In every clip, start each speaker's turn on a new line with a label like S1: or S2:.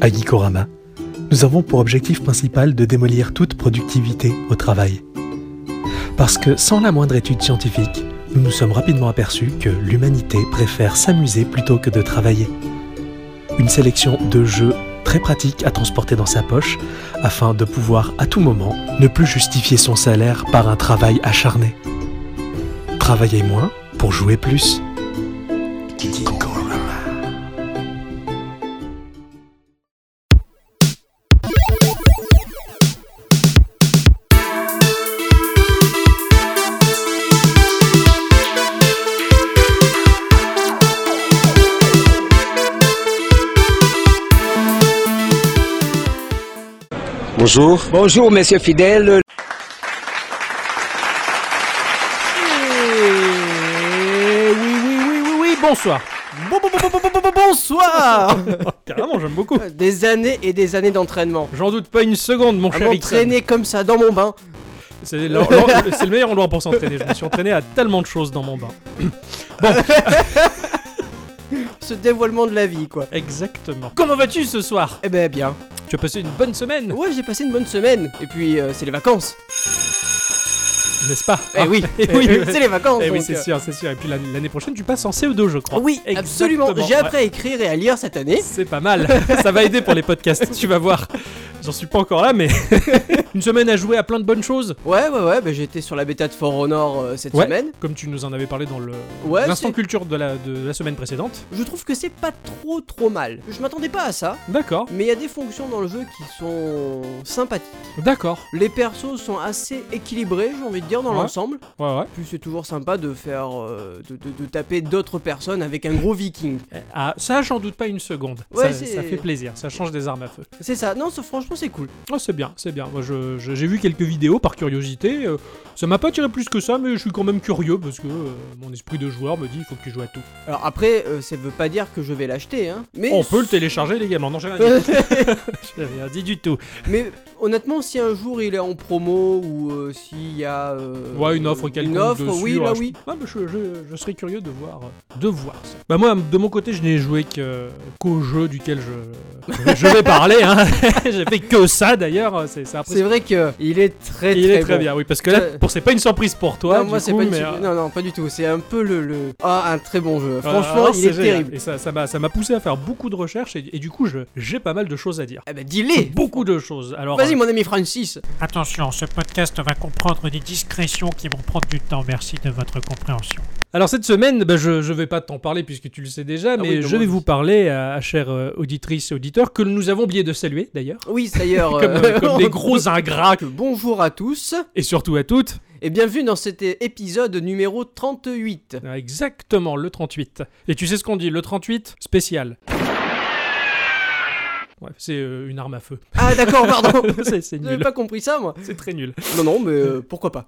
S1: À Geekorama, nous avons pour objectif principal de démolir toute productivité au travail. Parce que sans la moindre étude scientifique, nous nous sommes rapidement aperçus que l'humanité préfère s'amuser plutôt que de travailler. Une sélection de jeux très pratique à transporter dans sa poche afin de pouvoir à tout moment ne plus justifier son salaire par un travail acharné. Travailler moins pour jouer plus.
S2: Bonjour.
S3: Bonjour, monsieur Fidèle.
S4: Et Eh oui, oui, oui, oui, oui, bonsoir. Bon, bon, bon, bon, bon, bon, bon, bonsoir
S5: Carrément, j'aime beaucoup.
S4: Des années et des années d'entraînement.
S5: J'en doute pas une seconde, mon
S4: À
S5: cher Ixon.
S4: m'entraîner comme ça dans mon bain.
S5: C'est l'en- l'en- c'est le meilleur endroit pour s'entraîner. Je me suis entraîné à tellement de choses dans mon bain.
S4: Ce dévoilement de la vie, quoi.
S5: Exactement. Comment vas-tu ce soir
S4: Eh ben, bien.
S5: Tu as passé une bonne semaine,
S4: Ouais, j'ai passé une bonne semaine. Et puis, euh, c'est les vacances.
S5: n'est-ce pas
S4: Eh oui,
S5: Eh oui.
S4: eh oui, c'est les vacances.
S5: Eh oui,
S4: donc,
S5: c'est
S4: euh,
S5: sûr, c'est sûr. Et puis l'année l'année prochaine, tu passes en CE2, je crois.
S4: Oui,
S5: Exactement.
S4: absolument. J'ai
S5: Ouais.
S4: appris à écrire et à lire cette année.
S5: C'est pas mal. Ça va aider pour les podcasts, tu vas voir. J'en suis pas encore là, mais une semaine à jouer à plein de bonnes choses.
S4: Ouais, ouais, ouais. Ben, j'étais sur la bêta de For Honor euh, cette
S5: Ouais.
S4: semaine.
S5: Comme tu nous en avais parlé dans le
S4: Ouais,
S5: l'instant
S4: c'est-
S5: culture de la, de la semaine précédente.
S4: Je trouve que c'est pas trop, trop mal. Je m'attendais pas à ça.
S5: D'accord,
S4: Mais il y a des fonctions dans le jeu qui sont sympathiques.
S5: d'accord.
S4: Les persos sont assez équilibrés, j'ai envie de dire, dans
S5: Ouais.
S4: l'ensemble.
S5: Ouais, ouais.
S4: Puis c'est toujours sympa de faire. euh, de, de- de taper d'autres personnes avec un gros viking.
S5: Ah, ça, j'en doute pas une seconde.
S4: Ouais,
S5: ça,
S4: c'est-
S5: ça fait plaisir, ça change des armes à feu.
S4: C'est ça, non, ça, franchement c'est cool.
S5: Oh, c'est bien, c'est bien. Moi, je- je- j'ai vu quelques vidéos par curiosité. euh, Ça m'a pas tiré plus que ça, mais je suis quand même curieux parce que euh, mon esprit de joueur me dit il faut que tu joues à tout.
S4: Alors après, euh, ça veut pas dire que je vais l'acheter, hein. Mais.
S5: On peut le télécharger légalement. Non, j'ai rien dit. J'ai rien dit du tout.
S4: mais honnêtement, si un jour il est en promo ou euh, s'il y a. euh,
S5: Ouais, une offre quelconque.
S4: Une offre,
S5: dessus,
S4: oui, là
S5: ouais, je-
S4: oui.
S5: Ah, bah, je, je- je serais curieux de voir, euh, de voir ça. Bah, moi, de mon côté, je n'ai joué que- qu'au jeu duquel je, je vais parler. Hein. j'ai fait que ça d'ailleurs. euh, C'est c'est
S4: C'est
S5: impressionnant.
S4: vrai que il est très
S5: Il
S4: très,
S5: est très
S4: bon.
S5: bien, oui, parce que là,
S4: Ça-
S5: pour c'est pas une surprise pour toi.
S4: non,
S5: du
S4: moi c'est
S5: coup,
S4: pas une
S5: mais,
S4: surprise.
S5: euh,
S4: Non, non, pas du tout. C'est un peu le, le- Ah, un très bon jeu.
S5: Voilà,
S4: Franchement,
S5: alors,
S4: il
S5: ah, euh, c'est
S4: est,
S5: génial.
S4: terrible.
S5: Et ça, ça m'a, ça m'a poussé à faire beaucoup de recherches et, et du coup, je, j'ai pas mal de choses à dire.
S4: Eh ben, dis-les
S5: Beaucoup de choses. Alors,
S4: Vas-y,
S5: euh,
S4: mon ami Francis.
S6: Attention, ce podcast va comprendre des discrétions qui vont prendre du temps. Merci de votre compréhension.
S5: alors cette semaine, bah, je, je vais pas t'en parler puisque tu le sais déjà, mais
S4: Ah oui,
S5: je
S4: comment
S5: vais
S4: on
S5: vous
S4: dit
S5: parler à, à chères euh, auditrices et auditeurs que nous avons oublié de saluer d'ailleurs,
S4: Oui, d'ailleurs.
S5: comme, euh, comme des gros ingrats
S4: Que bonjour à tous
S5: et surtout à toutes.
S4: et bienvenue dans cet é- épisode numéro 38.
S5: Ah, Exactement, le 38. Et tu sais ce qu'on dit, le 38 spécial. Ouais, c'est euh, une arme à feu.
S4: Ah d'accord, pardon.
S5: c'est, c'est
S4: J'avais
S5: nul.
S4: pas compris ça moi.
S5: C'est très nul.
S4: Non non, mais euh, pourquoi pas.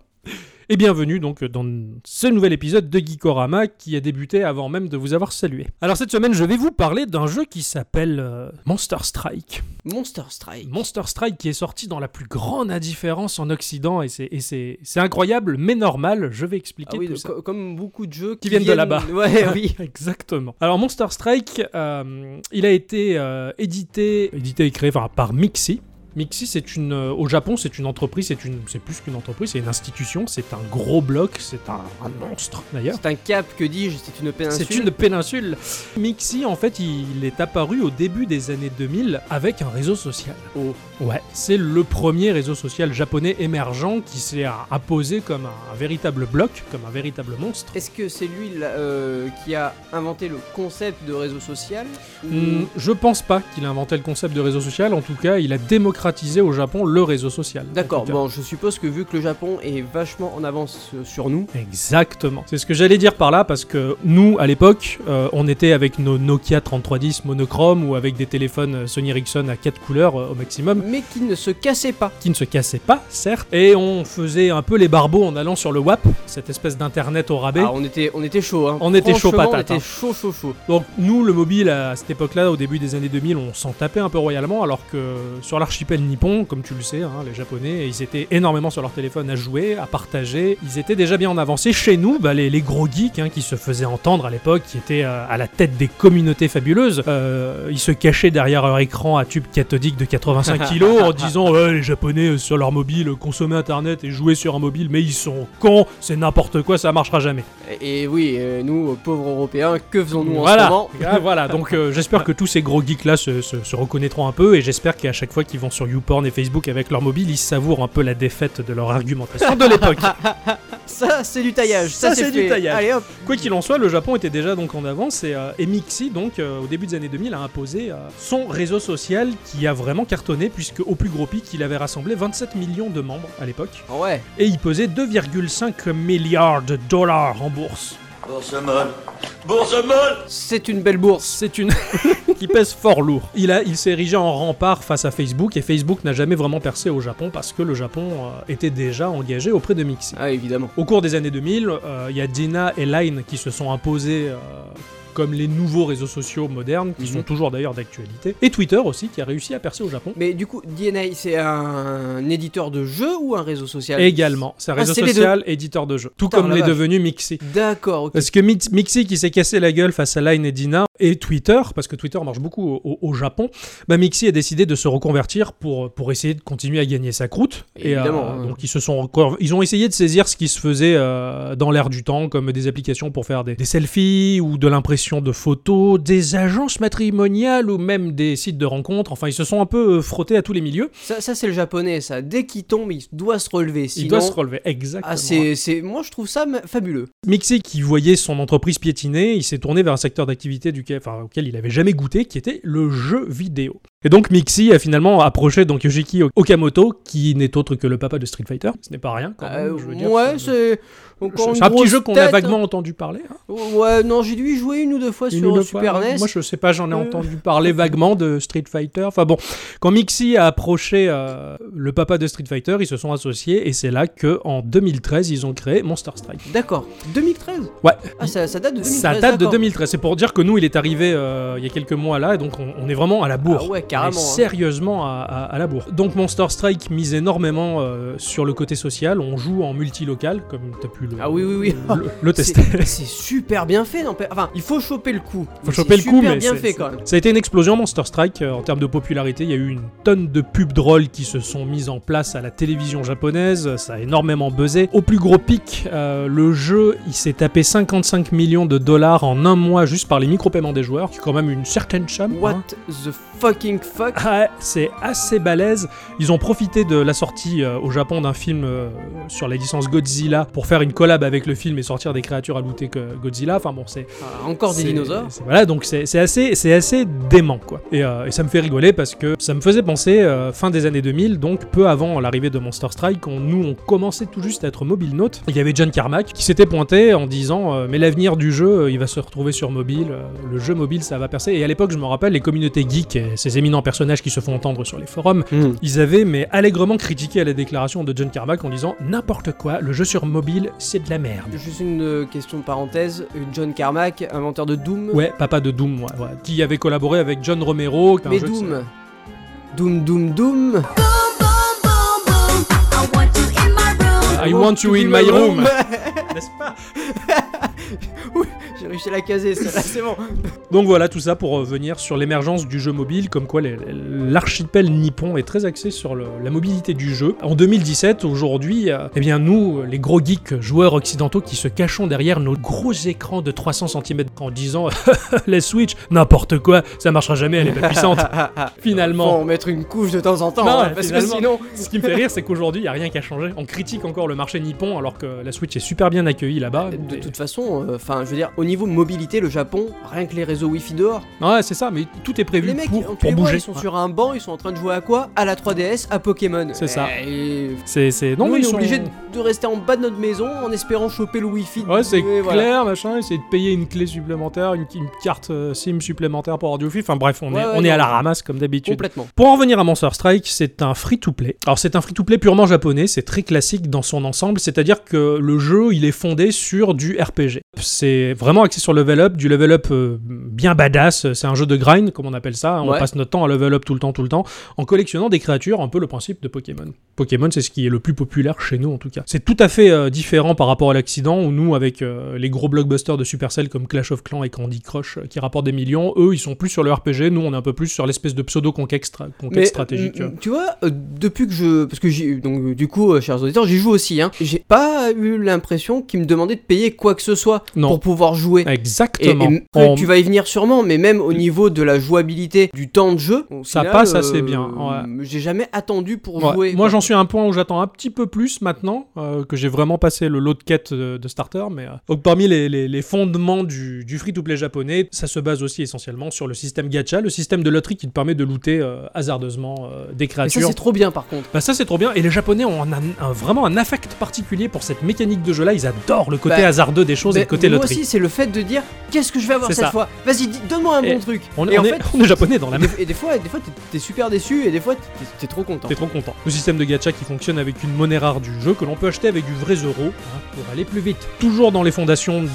S5: Et bienvenue donc euh, dans ce nouvel épisode de Geekorama qui a débuté avant même de vous avoir salué. Alors cette semaine, je vais vous parler d'un jeu qui s'appelle euh, Monster Strike.
S4: Monster Strike.
S5: Monster Strike qui est sorti dans la plus grande indifférence en Occident et c'est- et c'est c'est incroyable mais normal, je vais expliquer
S4: Ah oui,
S5: tout
S4: de-
S5: ça.
S4: co- comme beaucoup de jeux
S5: Qui viennent de là-bas.
S4: Ouais, oui.
S5: Exactement. Alors Monster Strike, euh, il a été euh, édité, édité et créé enfin, par Mixi. Mixi, c'est une, euh, au Japon, c'est une entreprise, c'est une, c'est plus qu'une entreprise, c'est une institution, c'est un gros bloc, c'est un- un monstre d'ailleurs.
S4: C'est un cap, que dis-je, c'est une péninsule.
S5: C'est une péninsule. Mixi, en fait, il est apparu au début des années 2000 avec un réseau social.
S4: Oh.
S5: Ouais, c'est le premier réseau social japonais émergent qui s'est euh, imposé comme un, un véritable bloc, comme un véritable monstre.
S4: Est-ce que c'est lui là, euh, qui a inventé le concept de réseau social ou-
S5: Hmm, Je pense pas qu'il a inventé le concept de réseau social, en tout cas, il a démocratisé au Japon le réseau social. en
S4: D'accord,
S5: tout cas.
S4: bon, je suppose que vu que le Japon est vachement en avance euh, sur nous,
S5: Exactement. C'est ce que j'allais dire par là parce que nous, à l'époque, euh, on était avec nos Nokia 3310 monochrome ou avec des téléphones Sony Ericsson à quatre couleurs euh, au maximum.
S4: mais qui ne se cassait pas.
S5: qui ne se cassait pas, certes, et on faisait un peu les barbeaux en allant sur le WAP, cette espèce d'internet au rabais.
S4: Ah, on était, on était chaud, hein.
S5: On était chaud
S4: Franchement,
S5: patate,
S4: On
S5: hein.
S4: était chaud, chaud, chaud.
S5: Donc nous, le mobile, à cette époque-là, au début des années 2000, on s'en tapait un peu royalement, alors que sur l'archipel appel nippon, comme tu le sais, hein, les Japonais, ils étaient énormément sur leur téléphone à jouer, à partager. Ils étaient déjà bien en avancée. Chez nous, bah, les, les gros geeks hein, qui se faisaient entendre à l'époque, qui étaient euh, à la tête des communautés fabuleuses, euh, ils se cachaient derrière leur écran à tube cathodique de 85 kilos en disant Ouais, les Japonais euh, sur leur mobile consommaient Internet et jouaient sur un mobile, mais ils sont cons, c'est n'importe quoi, ça marchera jamais.
S4: Et, et oui, euh, nous, euh, pauvres Européens, que faisons-nous en ce
S5: Voilà.
S4: moment
S5: Ah, voilà, donc euh, j'espère que tous ces gros geeks-là se, se- se reconnaîtront un peu et j'espère qu'à chaque fois qu'ils vont sur YouPorn et Facebook avec leur mobile, ils savourent un peu la défaite de leur argumentation de l'époque.
S4: Ça, c'est du taillage. Ça,
S5: Ça, c'est du
S4: fait.
S5: taillage.
S4: Allez hop.
S5: Quoi qu'il en soit, le Japon était déjà donc en avance et, euh, et Mixi, donc euh, au début des années 2000, a imposé euh, son réseau social qui a vraiment cartonné puisque au plus gros pic, il avait rassemblé 27 millions de membres à l'époque
S4: Ah Ouais.
S5: et il pesait 2,5 milliards de dollars en bourse.
S3: Bourse molle Bourse molle
S4: C'est une belle bourse.
S5: C'est une qui pèse fort lourd. Il, a, il s'est érigé en rempart face à Facebook et Facebook n'a jamais vraiment percé au Japon parce que le Japon euh, était déjà engagé auprès de Mixi.
S4: Ah, évidemment.
S5: Au cours des années 2000, euh, il y a Dina et Line qui se sont imposés euh, comme les nouveaux réseaux sociaux modernes, qui
S4: Mhm.
S5: sont toujours d'ailleurs d'actualité. Et Twitter aussi, qui a réussi à percer au Japon.
S4: Mais du coup, DNA, c'est un éditeur de jeu ou un réseau social
S5: Également, c'est un
S4: Ah,
S5: réseau
S4: c'est les
S5: social, éditeur de jeux. Tout
S4: Putain,
S5: comme
S4: la
S5: l'est
S4: vache.
S5: devenu Mixi.
S4: D'accord, ok.
S5: Parce que Mix- Mixi qui s'est cassé la gueule face à Line et Dina et Twitter, parce que Twitter marche beaucoup au, au- au Japon, bah Mixi a décidé de se reconvertir pour, pour essayer de continuer à gagner sa croûte.
S4: Évidemment,
S5: euh,
S4: hein.
S5: donc ils se sont recon- ils ont essayé de saisir ce qui se faisait euh, dans l'air du temps, comme des applications pour faire des, des selfies ou de l'impression de photos, des agences matrimoniales ou même des sites de rencontres. Enfin, ils se sont un peu euh, frottés à tous les milieux.
S4: Ça, ça, c'est le japonais, ça. Dès qu'il tombe, il doit se relever. Sinon...
S5: Ils doivent se relever. Exactement.
S4: Ah, c'est, c'est... Moi, je trouve ça m- fabuleux.
S5: Mixi, qui voyait son entreprise piétiner, il s'est tourné vers un secteur d'activité duquel, enfin, auquel il n'avait jamais goûté, qui était le jeu vidéo. Et donc Mixi a finalement approché donc Yoshiki Okamoto, qui n'est autre que le papa de Street Fighter. Ce n'est pas rien, quand même,
S4: Euh,
S5: je veux dire,
S4: ouais,
S5: c'est-
S4: c'est... encore
S5: c'est
S4: une
S5: un petit
S4: grosse
S5: jeu qu'on a
S4: tête.
S5: vaguement entendu parler. hein.
S4: Ouais, non, j'ai dû y jouer une ou deux fois
S5: Une
S4: sur
S5: ou deux
S4: Super
S5: fois.
S4: NES.
S5: Moi, je sais pas, j'en ai
S4: Euh.
S5: entendu parler vaguement de Street Fighter. Enfin bon, quand Mixi a approché euh, le papa de Street Fighter, ils se sont associés et c'est là que en 2013, ils ont créé Monster Strike.
S4: D'accord. 2013
S5: Ouais.
S4: Ah, ça, ça date de 2013.
S5: Ça date de
S4: d'accord.
S5: 2013. C'est pour dire que nous, il est arrivé euh, il y a quelques mois là, et donc on, on est vraiment à la bourre.
S4: Ah ouais,
S5: On est
S4: carrément. hein.
S5: sérieusement à, à- à la bourre. Donc Monster Strike mise énormément euh, sur le côté social. On joue en multilocal, comme t'as pu le,
S4: Ah oui, oui, oui.
S5: le, le tester.
S4: C'est, c'est super bien fait, n'empêche- Enfin, il faut choper le coup.
S5: Faut choper le coup,
S4: super
S5: mais
S4: bien
S5: c'est-
S4: fait
S5: c'est-
S4: quand même.
S5: Ça a été une explosion Monster Strike euh, en termes de popularité. Il y a eu une tonne de pubs drôles qui se sont mises en place à la télévision japonaise. Ça a énormément buzzé. Au plus gros pic, euh, le jeu il s'est tapé 55 millions de dollars en un mois juste par les micro-paiements des joueurs. C'est quand même une certaine chame.
S4: What
S5: hein.
S4: the fucking fuck
S5: Ah, c'est assez balèze. Ils ont profité de la sortie euh, au Japon d'un film euh, sur la licence Godzilla pour faire une collab avec le film et sortir des créatures à looter que Godzilla. Enfin bon, c'est
S4: Ah, Encore des
S5: c'est-
S4: dinosaures
S5: c'est- Voilà, donc c'est c'est assez, c'est assez dément, quoi. Et, euh, et ça me fait rigoler parce que ça me faisait penser, euh, fin des années 2000, donc peu avant l'arrivée de Monster Strike, on, nous, on commençait tout juste à être mobile note. Il y avait John Carmack qui s'était pointé en disant euh, Mais l'avenir du jeu, euh, il va se retrouver sur mobile, euh, le jeu mobile, ça va percer. Et à l'époque, je me rappelle, les communautés geeks et ces éminents personnages qui se font entendre sur les forums, ils avaient mais allègrement critiqué la déclaration de John Carmack en disant N'importe quoi, le jeu sur mobile, c'est de la merde.
S4: Juste une euh, question de parenthèse. John Carmack, inventeur de Doom.
S5: Ouais, papa de Doom, ouais, ouais, qui avait collaboré avec John Romero. qui est un
S4: mais
S5: jeu de-
S4: Doom. Doom, Doom, Doom.
S7: I want you in my room.
S5: I want you in my room. N'est-ce pas
S4: J'ai réussi à la caser, celle-là, c'est bon.
S5: Donc voilà, tout ça pour revenir sur l'émergence du jeu mobile, comme quoi les- l'archipel nippon est très axé sur le- la mobilité du jeu. En 2017, aujourd'hui, euh, eh bien nous, les gros geeks joueurs occidentaux qui se cachons derrière nos gros écrans de 300 cm en disant la Switch, n'importe quoi, ça marchera jamais, elle est pas puissante.
S4: Bon,
S5: Finalement.
S4: en mettre une couche de temps en temps,
S5: ah. Non,
S4: hein, parce que
S5: finalement.
S4: sinon.
S5: Ce qui me fait rire, c'est qu'aujourd'hui, il n'y a rien qu'à changer. On critique encore le marché nippon alors que la Switch est super bien accueillie là-bas.
S4: De
S5: Et-
S4: toute façon, euh, enfin, je veux dire, au niveau mobilité, le Japon, rien que les réseaux Wi-Fi dehors,
S5: Ouais, c'est ça, mais tout est prévu
S4: les mecs,
S5: pour,
S4: on- tu
S5: pour
S4: les vois,
S5: bouger.
S4: ils sont
S5: Ouais.
S4: sur un banc, ils sont en train de jouer à quoi À la 3DS, à Pokémon.
S5: C'est ça.
S4: Et
S5: C'est, c'est... Non,
S4: Nous,
S5: mais
S4: on
S5: ils
S4: est
S5: sont-
S4: obligé de, de rester en bas de notre maison en espérant choper le wifi.
S5: Ouais, c'est
S4: Et
S5: clair,
S4: voilà.
S5: machin, essayer de payer une clé supplémentaire, une, une carte euh, SIM supplémentaire pour avoir du wifi. Enfin bref, on,
S4: Ouais,
S5: est,
S4: ouais,
S5: on est
S4: non.
S5: à la ramasse comme d'habitude.
S4: Complètement.
S5: Pour en revenir à Monster Strike, c'est un free-to-play. Alors c'est un free-to-play purement japonais, c'est très classique dans son ensemble, c'est-à-dire que le jeu, il est fondé sur du RPG. C'est vraiment axé sur level up, du level up euh, bien badass. C'est un jeu de grind, comme on appelle ça. hein, On
S4: Ouais.
S5: passe notre temps à level up tout le temps, tout le temps, en collectionnant des créatures, un peu le principe de Pokémon. Pokémon, c'est ce qui est le plus populaire chez nous en tout cas. C'est tout à fait euh, différent par rapport à l'accident où nous, avec euh, les gros blockbusters de Supercell comme Clash of Clans et Candy Crush euh, qui rapportent des millions, eux, ils sont plus sur le RPG. Nous, on est un peu plus sur l'espèce de pseudo conquête stra- conquête stratégique. hein.
S4: mm, mm, Tu vois, euh, depuis que je. Parce que j'ai. Donc, euh, du coup, euh, chers auditeurs, j'y joue aussi, hein. J'ai pas eu l'impression qu'ils me demandaient de payer quoi que ce soit
S5: Non.
S4: pour pouvoir jouer. Et,
S5: Exactement.
S4: et
S5: On-
S4: tu vas y venir sûrement, mais même au niveau de la jouabilité, du temps de jeu, au
S5: Ça
S4: final, euh,
S5: passe assez bien, ouais.
S4: J'ai jamais attendu pour
S5: Ouais.
S4: jouer.
S5: Moi,
S4: quoi.
S5: j'en suis à un point où j'attends un petit peu plus maintenant euh, que j'ai vraiment passé le lot de quête de, de starter. Mais euh, donc, parmi les, les- les fondements du, du free-to-play japonais, ça se base aussi essentiellement sur le système gacha, le système de loterie qui te permet de looter euh, hasardeusement euh, des
S4: Mais ça,
S5: créatures.
S4: c'est trop bien par contre.
S5: Bah ça c'est trop bien et les japonais ont un- un- vraiment un affect particulier pour cette mécanique de jeu là, ils adorent le côté
S4: Bah,
S5: hasardeux des choses et
S4: Mais
S5: le côté
S4: moi
S5: loterie.
S4: aussi, c'est le fait de dire qu'est-ce que je vais avoir
S5: C'est
S4: cette
S5: ça.
S4: fois. Vas-y, dis- donne-moi un
S5: Et
S4: bon truc.
S5: On,
S4: et
S5: on
S4: en
S5: est,
S4: fait,
S5: on est japonais dans la
S4: et des fois, et des fois, t'es- t'es super déçu et des fois, t'es- t'es trop content.
S5: T'es trop content. Le système de gacha qui fonctionne avec une monnaie rare du jeu que l'on peut acheter avec du vrai euro hein, pour aller plus vite. Toujours dans les fondations du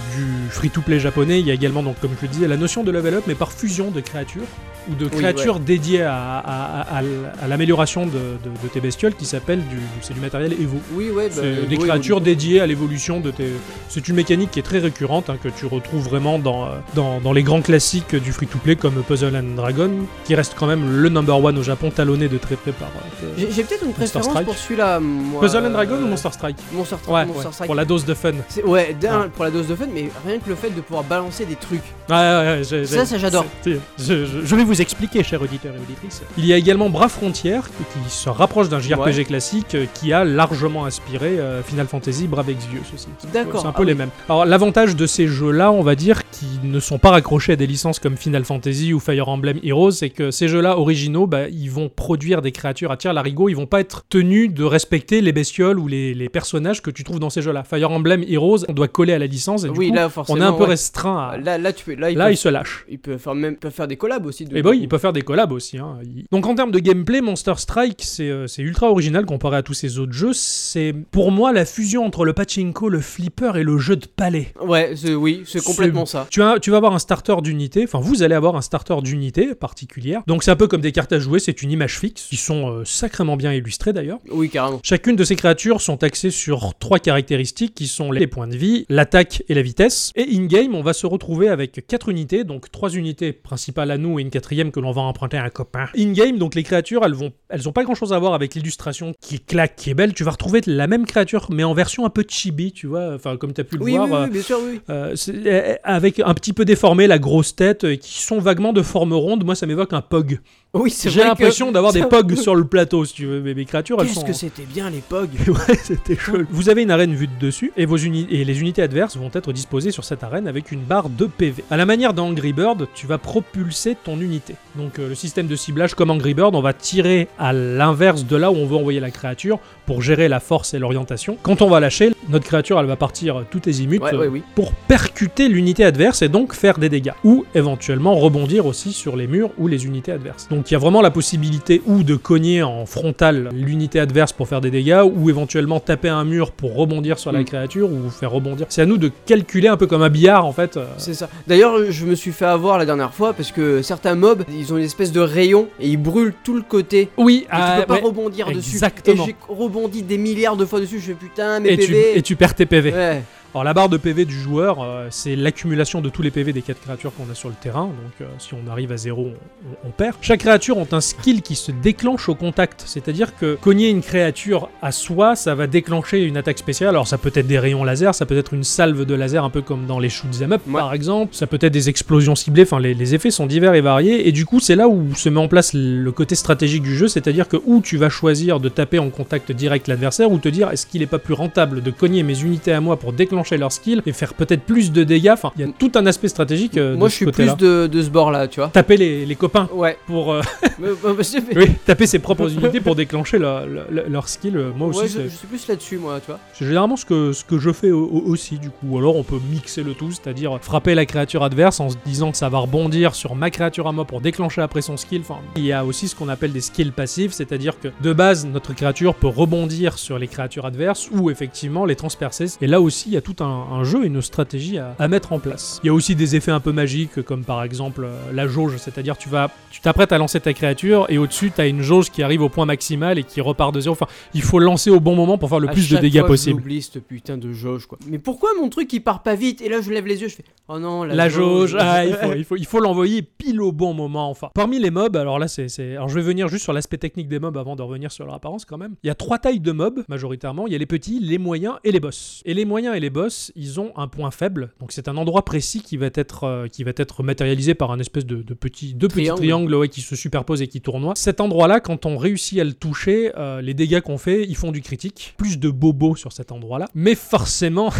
S5: free-to-play japonais, il y a également, donc, comme je le disais, la notion de level up, mais par fusion de créatures ou de créatures dédiées à, à- à- à l- à l'amélioration de, de- de tes bestioles qui s'appelle du, c'est du matériel Evo.
S4: Oui, ouais, bah,
S5: C'est des
S4: oui,
S5: créatures
S4: oui.
S5: dédiées à l'évolution de tes. C'est une mécanique qui est très récurrente, hein, que tu retrouves vraiment dans, euh, dans, dans les grands classiques du free-to-play comme Puzzle and Dragon, qui reste quand même le number one au Japon, talonné de très près par. euh,
S4: J'ai j'ai peut-être une préférence
S5: Strike.
S4: pour celui-là. moi.
S5: Puzzle and Dragon
S4: Euh,
S5: ou Monster Strike
S4: Monster, Strike,
S5: Ouais,
S4: Monster Strike.
S5: pour la dose de fun.
S4: C'est- Ouais, d'un, pour la dose de fun, mais rien que le fait de pouvoir balancer des trucs.
S5: Ouais, ouais, ouais, j'ai-
S4: Ça,
S5: j'ai-
S4: ça, j'adore.
S5: c'est- Je, je- je vais vous expliquer, chers auditeurs et auditrices. Il y a également Bras Frontières, qui se rapproche d'un JRPG classique, euh, qui a largement inspiré euh, Final Fantasy, Brave Exvius aussi.
S4: D'accord,
S5: C'est un peu
S4: ah
S5: les
S4: oui.
S5: mêmes. Alors, l'avantage de ces jeux-là, on va dire, qui ne sont pas raccrochés à des licences comme Final Fantasy ou Fire Emblem Heroes, c'est que ces jeux-là originaux, bah, ils vont produire des créatures à tir larigot, ils vont pas être tenus de respecter les bestioles ou les, les personnages que tu trouves dans ces jeux-là. Fire Emblem Heroes, on doit coller à la licence, et du
S4: oui,
S5: coup,
S4: là,
S5: on
S4: forcément.
S5: est un peu
S4: ouais. Bah, Ah,
S5: restreint à...
S4: Là, là, tu peux. Là, ils
S5: Là,
S4: peuvent,
S5: ils se lâchent.
S4: ils peuvent faire même peuvent faire des collabs aussi. de-
S5: Et bah oui, ils peuvent faire des collabs aussi. hein. Ils- Donc en termes de gameplay, Monster Strike, c'est euh, c'est ultra original comparé à tous ces autres jeux. C'est pour moi la fusion entre le pachinko, le flipper et le jeu de palais.
S4: Ouais, c'est- oui, c'est complètement ça.
S5: Tu, as- tu vas avoir un starter d'unité, enfin vous allez avoir un starter d'unité particulière. Donc c'est un peu comme des cartes à jouer, c'est une image fixe, qui sont euh, sacrément bien illustrées d'ailleurs.
S4: Oui, carrément.
S5: Chacune de ces créatures sont axées sur trois caractéristiques qui sont les points de vie, l'attaque et la vitesse. Et in-game, on va se retrouver avec quatre unités, donc trois unités principales à nous et une quatrième que l'on va emprunter à un copain. In-game, donc les créatures, elles vont, elles ont pas grand-chose à voir avec l'illustration qui claque, qui est belle. Tu vas retrouver la même créature, mais en version un peu chibi, tu vois, enfin comme tu as pu le
S4: Oui,
S5: voir.
S4: oui,
S5: euh,
S4: oui, bien sûr, oui.
S5: euh, c'est- euh, avec un petit peu déformé la grosse tête euh, qui sont vaguement de forme ronde moi ça m'évoque un pog
S4: Oui, c'est
S5: j'ai
S4: vrai
S5: l'impression
S4: que-
S5: d'avoir des
S4: ça-
S5: pogs sur le plateau si tu veux mais mes créatures elles
S4: Qu'est-ce
S5: sont
S4: que c'était bien les pogs
S5: Ouais, c'était chelou. Vous avez une arène vue de dessus et, vos uni- et les unités adverses vont être disposées sur cette arène avec une barre de PV. À la manière d'Angry Bird, tu vas propulser ton unité. Donc euh, le système de ciblage comme Angry Bird, on va tirer à l'inverse de là où on veut envoyer la créature pour gérer la force et l'orientation. Quand on va lâcher, notre créature elle va partir tout azimut
S4: Ouais,
S5: euh,
S4: ouais, oui.
S5: pour percuter l'unité adverse et donc faire des dégâts, ou éventuellement rebondir aussi sur les murs ou les unités adverses. Donc il y a vraiment la possibilité ou de cogner en frontal l'unité adverse pour faire des dégâts, ou éventuellement taper un mur pour rebondir sur la
S4: Mm.
S5: créature ou faire rebondir. C'est à nous de calculer un peu comme un billard en fait. euh,
S4: C'est ça. D'ailleurs, je me suis fait avoir la dernière fois parce que certains mobs, ils ont une espèce de rayon et ils brûlent tout le côté.
S5: Oui,
S4: Et
S5: ah,
S4: tu peux pas
S5: ouais.
S4: rebondir
S5: exactement.
S4: dessus. Et j'ai rebondi des milliards de fois dessus. Je fais putain, mes
S5: et tu,
S4: PV.
S5: et tu perds tes PV.
S4: Ouais.
S5: Alors la barre de PV du joueur, euh, c'est l'accumulation de tous les PV des 4 créatures qu'on a sur le terrain, donc euh, si on arrive à 0, on, on- on perd. Chaque créature ont un skill qui se déclenche au contact, c'est-à-dire que cogner une créature à soi, ça va déclencher une attaque spéciale, alors ça peut être des rayons laser, ça peut être une salve de laser un peu comme dans les shoots em up
S4: Ouais.
S5: par exemple, ça peut être des explosions ciblées, enfin les, les effets sont divers et variés, et du coup c'est là où se met en place le côté stratégique du jeu, c'est-à-dire que où tu vas choisir de taper en contact direct l'adversaire, ou te dire est-ce qu'il est pas plus rentable de cogner mes unités à moi pour déclencher leur skill et faire peut-être plus de dégâts, enfin il y a tout un aspect stratégique euh,
S4: Moi,
S5: de
S4: je
S5: ce
S4: suis
S5: côté-là.
S4: plus de, de ce bord-là, tu vois.
S5: Taper les, les copains
S4: Ouais.
S5: pour... euh,
S4: Mais- mais- mais c'est-
S5: oui, taper ses propres unités pour déclencher leur, leur- leur skill, euh, moi aussi
S4: Ouais,
S5: c'est-
S4: je, je suis plus là-dessus, moi, tu vois.
S5: c'est généralement ce que, ce que je fais au- au- aussi, du coup. Ou alors on peut mixer le tout, c'est-à-dire frapper la créature adverse en se disant que ça va rebondir sur ma créature à moi pour déclencher après son skill. Enfin, il y a aussi ce qu'on appelle des skills passifs, c'est-à-dire que de base, notre créature peut rebondir sur les créatures adverses ou effectivement les transpercer. Et là aussi, il y a tout tout un, un jeu, une stratégie à, à mettre en place. Il y a aussi des effets un peu magiques, comme par exemple euh, la jauge, c'est-à-dire tu vas, tu t'apprêtes à lancer ta créature et au-dessus t'as une jauge qui arrive au point maximal et qui repart de zéro. Enfin, il faut lancer au bon moment pour faire le
S4: À
S5: plus de
S4: chaque
S5: dégâts
S4: fois,
S5: possible.
S4: Je l'oublie, cette putain de jauge, quoi. Mais pourquoi mon truc il part pas vite Et là, je lève les yeux, je fais Oh non, la,
S5: La jauge, ah, il faut il faut- il faut l'envoyer pile au bon moment. Enfin, parmi les mobs, alors là, c'est, c'est- alors je vais venir juste sur l'aspect technique des mobs avant de revenir sur leur apparence quand même. Il y a trois tailles de mobs majoritairement. Il y a les petits, les moyens et les boss. Et les moyens et les boss, ils ont un point faible. Donc c'est un endroit précis qui va être euh, qui va être matérialisé par un espèce de, de petit deux
S4: Triangle.
S5: petits triangles ouais, qui se superposent et qui tournoient. Cet endroit-là, quand on réussit à le toucher, euh, les dégâts qu'on fait, ils font du critique. Plus de bobos sur cet endroit-là, mais forcément.